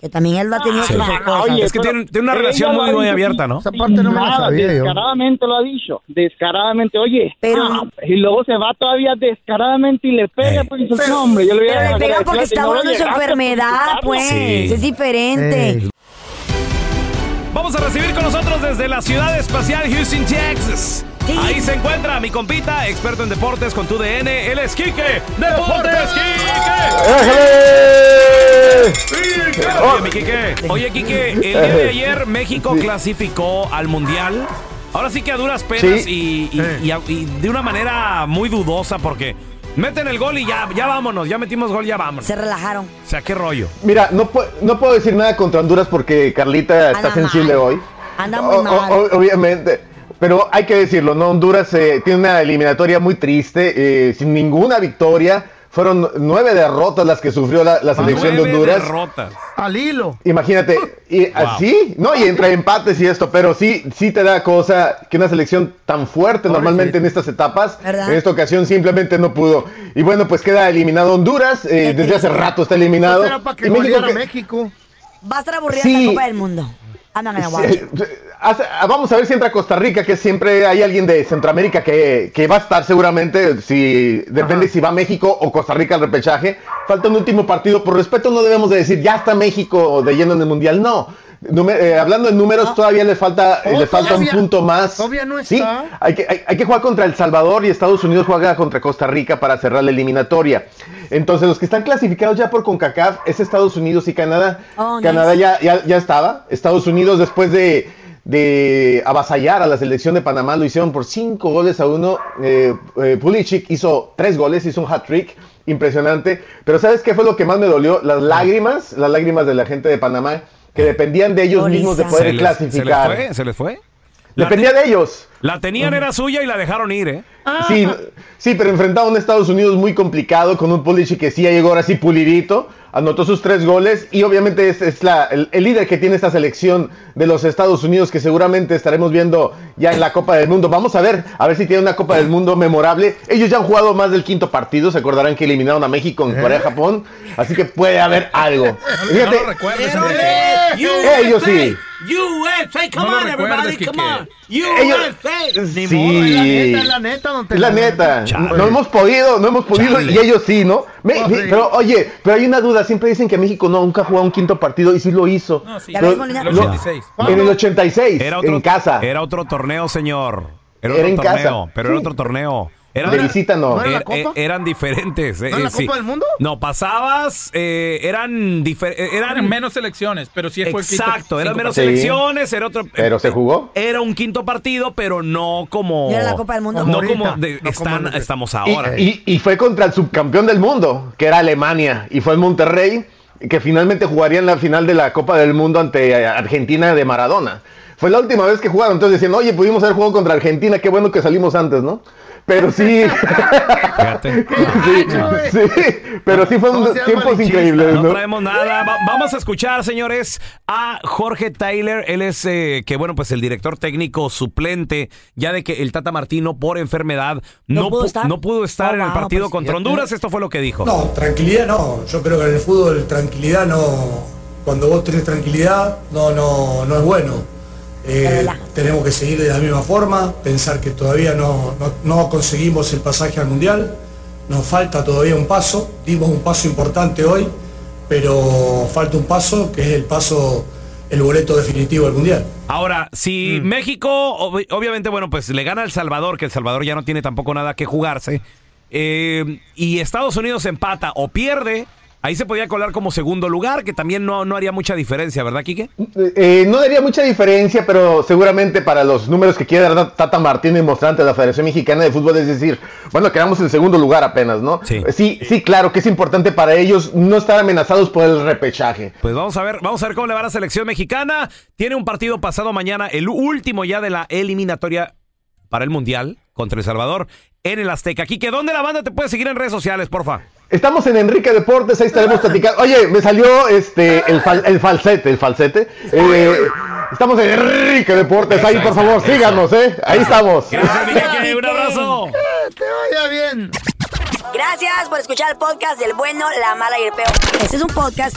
Speaker 2: Que también él ha tenido
Speaker 1: Sí.
Speaker 2: sus cosas.
Speaker 7: Oye,
Speaker 1: Es que
Speaker 7: pero
Speaker 1: tiene- tiene una
Speaker 7: ella
Speaker 1: relación
Speaker 7: lo
Speaker 1: muy-
Speaker 7: ha
Speaker 1: muy
Speaker 7: dicho
Speaker 1: abierta, ¿no?
Speaker 7: sin
Speaker 1: Esa parte no me la
Speaker 7: nada,
Speaker 1: sabía yo.
Speaker 7: Descaradamente lo ha dicho, descaradamente, oye.
Speaker 2: Pero-
Speaker 7: ah, y luego se va todavía descaradamente y le pega, pues dices, no, hombre, yo lo hubiera
Speaker 2: Eh. Pero le pega
Speaker 7: dejado,
Speaker 2: porque
Speaker 7: espérate,
Speaker 2: está
Speaker 7: no lo
Speaker 2: hablando de su
Speaker 7: llegaste a
Speaker 2: enfermedad,
Speaker 7: consultarlo.
Speaker 2: pues.
Speaker 1: Sí.
Speaker 2: Es diferente. Pues
Speaker 1: Vamos a recibir con nosotros desde la ciudad espacial Houston, Texas. Ahí se encuentra mi compita, experto en deportes con tu DN, él es Quique. ¡Deportes, Quique! Oye, mi Quique. Oye, Quique, el día de ayer México clasificó al Mundial. Ahora sí que a duras penas y, y- y a- y de una manera muy dudosa porque meten el gol y ya, ya vámonos, ya metimos gol, ya vámonos.
Speaker 2: Se relajaron.
Speaker 1: O sea, qué rollo.
Speaker 11: Mira, no, pu- no puedo decir nada contra Honduras porque Carlita está sensible hoy.
Speaker 2: Anda muy
Speaker 11: O- o-
Speaker 2: mal.
Speaker 11: o- obviamente. Pero hay que decirlo, ¿no? Honduras eh, tiene una eliminatoria muy triste, eh, sin ninguna victoria. Fueron nueve derrotas las que sufrió la, la selección de Honduras.
Speaker 1: derrotas.
Speaker 11: Al hilo. Imagínate, y así, ¿no? Y entre empates y esto, pero sí, sí te da cosa que una selección tan fuerte normalmente en estas etapas,
Speaker 2: ¿Verdad?
Speaker 11: en esta ocasión simplemente no pudo. Y bueno, pues queda eliminado Honduras, eh, desde hace rato está eliminado.
Speaker 2: Pues era para que
Speaker 11: Y México
Speaker 2: goleara
Speaker 11: que-
Speaker 2: México. Va a estar aburrida
Speaker 11: Sí.
Speaker 2: esta Copa del Mundo. Ah, Andan en agua.
Speaker 11: Sí, hace- Vamos a ver si entra Costa Rica, que siempre hay alguien de Centroamérica que, que va a estar seguramente, si depende si va México o Costa Rica al repechaje. Falta un último partido, por respeto no debemos de decir ya está México de lleno en el Mundial, no. Nume- eh, hablando de números, todavía le falta, eh,
Speaker 3: Oh,
Speaker 11: le falta un
Speaker 3: todavía-
Speaker 11: punto más.
Speaker 3: todavía no
Speaker 11: Sí,
Speaker 3: está.
Speaker 11: hay que, hay- hay que jugar contra El Salvador y Estados Unidos juega contra Costa Rica para cerrar la eliminatoria. Entonces, los que están clasificados ya por CONCACAF es Estados Unidos y Canadá.
Speaker 2: Oh,
Speaker 11: Canadá
Speaker 2: nice.
Speaker 11: ya, ya, ya estaba. Estados Unidos, después de, de avasallar a la selección de Panamá, lo hicieron por cinco goles a uno. Eh, eh, Pulisic hizo tres goles, hizo un hat-trick. Impresionante. Pero ¿sabes qué fue lo que más me dolió? Las lágrimas, las lágrimas de la gente de Panamá, que dependían de ellos mismos de poder
Speaker 1: les-
Speaker 11: clasificar.
Speaker 1: ¿Se les fue? ¿Se les fue?
Speaker 11: Dependía de ellos.
Speaker 1: La tenían, era suya y la dejaron ir, ¿eh?
Speaker 11: Sí, sí, pero enfrentaba a un Estados Unidos muy complicado con un Pulisic que sí ya llegó ahora sí pulidito, anotó sus tres goles y obviamente es, es la- el, el líder que tiene esta selección de los Estados Unidos que seguramente estaremos viendo ya en la Copa del Mundo. Vamos a ver, a ver si tiene una Copa del Mundo memorable. Ellos ya han jugado más del quinto partido, se acordarán que eliminaron a México en Corea, Japón, así que puede haber algo. Fíjate,
Speaker 4: USA,
Speaker 11: ellos sí.
Speaker 4: USA, come on, everybody, come on. USA.
Speaker 11: Sí. Es la neta. No hemos podido, no hemos podido
Speaker 4: Chale.
Speaker 11: y ellos sí, ¿no? Me- me- pero oye, pero hay una duda, siempre dicen que México no, nunca ha jugado un quinto partido y sí lo hizo.
Speaker 2: sí.
Speaker 11: Lo-
Speaker 2: La misma línea.
Speaker 11: lo-
Speaker 2: El 86.
Speaker 11: en el 86,
Speaker 1: Era otro,
Speaker 11: en casa.
Speaker 1: Era otro torneo, señor.
Speaker 11: Era
Speaker 1: Era, otro
Speaker 11: en casa.
Speaker 1: torneo, pero era
Speaker 11: Sí.
Speaker 1: otro torneo. Era-
Speaker 11: De visita no. ¿No era la
Speaker 1: Er-
Speaker 11: Copa?
Speaker 1: er- eran diferentes. eh,
Speaker 11: ¿No era la
Speaker 1: eh, sí.
Speaker 11: Copa del Mundo?
Speaker 1: No, pasabas, eh, eran, difer- eh, eran
Speaker 12: Eran menos selecciones, pero sí fue el quinto-
Speaker 1: Exacto, eran
Speaker 12: cinco
Speaker 1: menos
Speaker 12: partidos.
Speaker 1: selecciones, era otro.
Speaker 11: Pero se jugó.
Speaker 1: Era un quinto partido, pero no como.
Speaker 11: No era la Copa del Mundo.
Speaker 1: No
Speaker 11: Como
Speaker 1: como
Speaker 11: ahorita.
Speaker 1: de- están- estamos
Speaker 11: Y,
Speaker 1: ahora.
Speaker 11: y- y fue contra el subcampeón del mundo, que era Alemania, y fue el Monterrey, que finalmente jugaría en la final de la Copa del Mundo ante eh, Argentina de Maradona. Fue la última vez que jugaron, entonces decían, oye, pudimos haber jugado contra Argentina, qué bueno que salimos antes, ¿no? Pero sí. sí, sí, pero sí fue un tiempos increíbles,
Speaker 1: No
Speaker 11: ¿no?
Speaker 1: traemos nada. Va- vamos a escuchar, señores, a Jorge Tyler. Él es, eh, que bueno, pues el director técnico suplente, ya de que el Tata Martino, por enfermedad, no, pu- no pues, pudo estar, en el partido contra Honduras. Esto fue lo que dijo.
Speaker 13: No, tranquilidad no. Yo creo que en el fútbol tranquilidad no. Cuando vos tenés tranquilidad, no, no, no es bueno. Eh, tenemos que seguir de la misma forma, pensar que todavía no, no- no conseguimos el pasaje al mundial, nos falta todavía un paso, dimos un paso importante hoy, pero falta un paso que es el paso, el boleto definitivo al mundial.
Speaker 1: Ahora, si México, ob- obviamente, bueno, pues le gana al Salvador, que el Salvador ya no tiene tampoco nada que jugarse, eh, y Estados Unidos empata o pierde, ahí se podía colar como segundo lugar, que también no, no haría mucha diferencia, ¿verdad, Quique?
Speaker 11: Eh, no daría mucha diferencia, pero seguramente para los números que quiere dar Tata Martínez mostrante a la Federación Mexicana de Fútbol, es decir, bueno, quedamos en segundo lugar apenas, ¿no? Sí. sí, claro que es importante para ellos no estar amenazados por el repechaje.
Speaker 1: Pues vamos a ver, vamos a ver cómo le va a la selección mexicana. Tiene un partido pasado mañana, el último ya de la eliminatoria para el Mundial contra El Salvador en el Azteca. Quique, ¿dónde la banda te puede seguir en redes sociales, porfa?
Speaker 11: Estamos en Enrique Deportes, ahí estaremos platicando. Oye, me salió este el, fal- el falsete, el falsete. Eh, estamos en Enrique Deportes, ahí por favor, síganos, ¿eh? Ahí estamos.
Speaker 1: un abrazo.
Speaker 3: Que vaya bien.
Speaker 2: Gracias por escuchar el podcast del bueno, la mala y el peor. Este es un podcast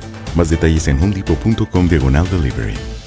Speaker 20: Más detalles en homedepot.com diagonal delivery.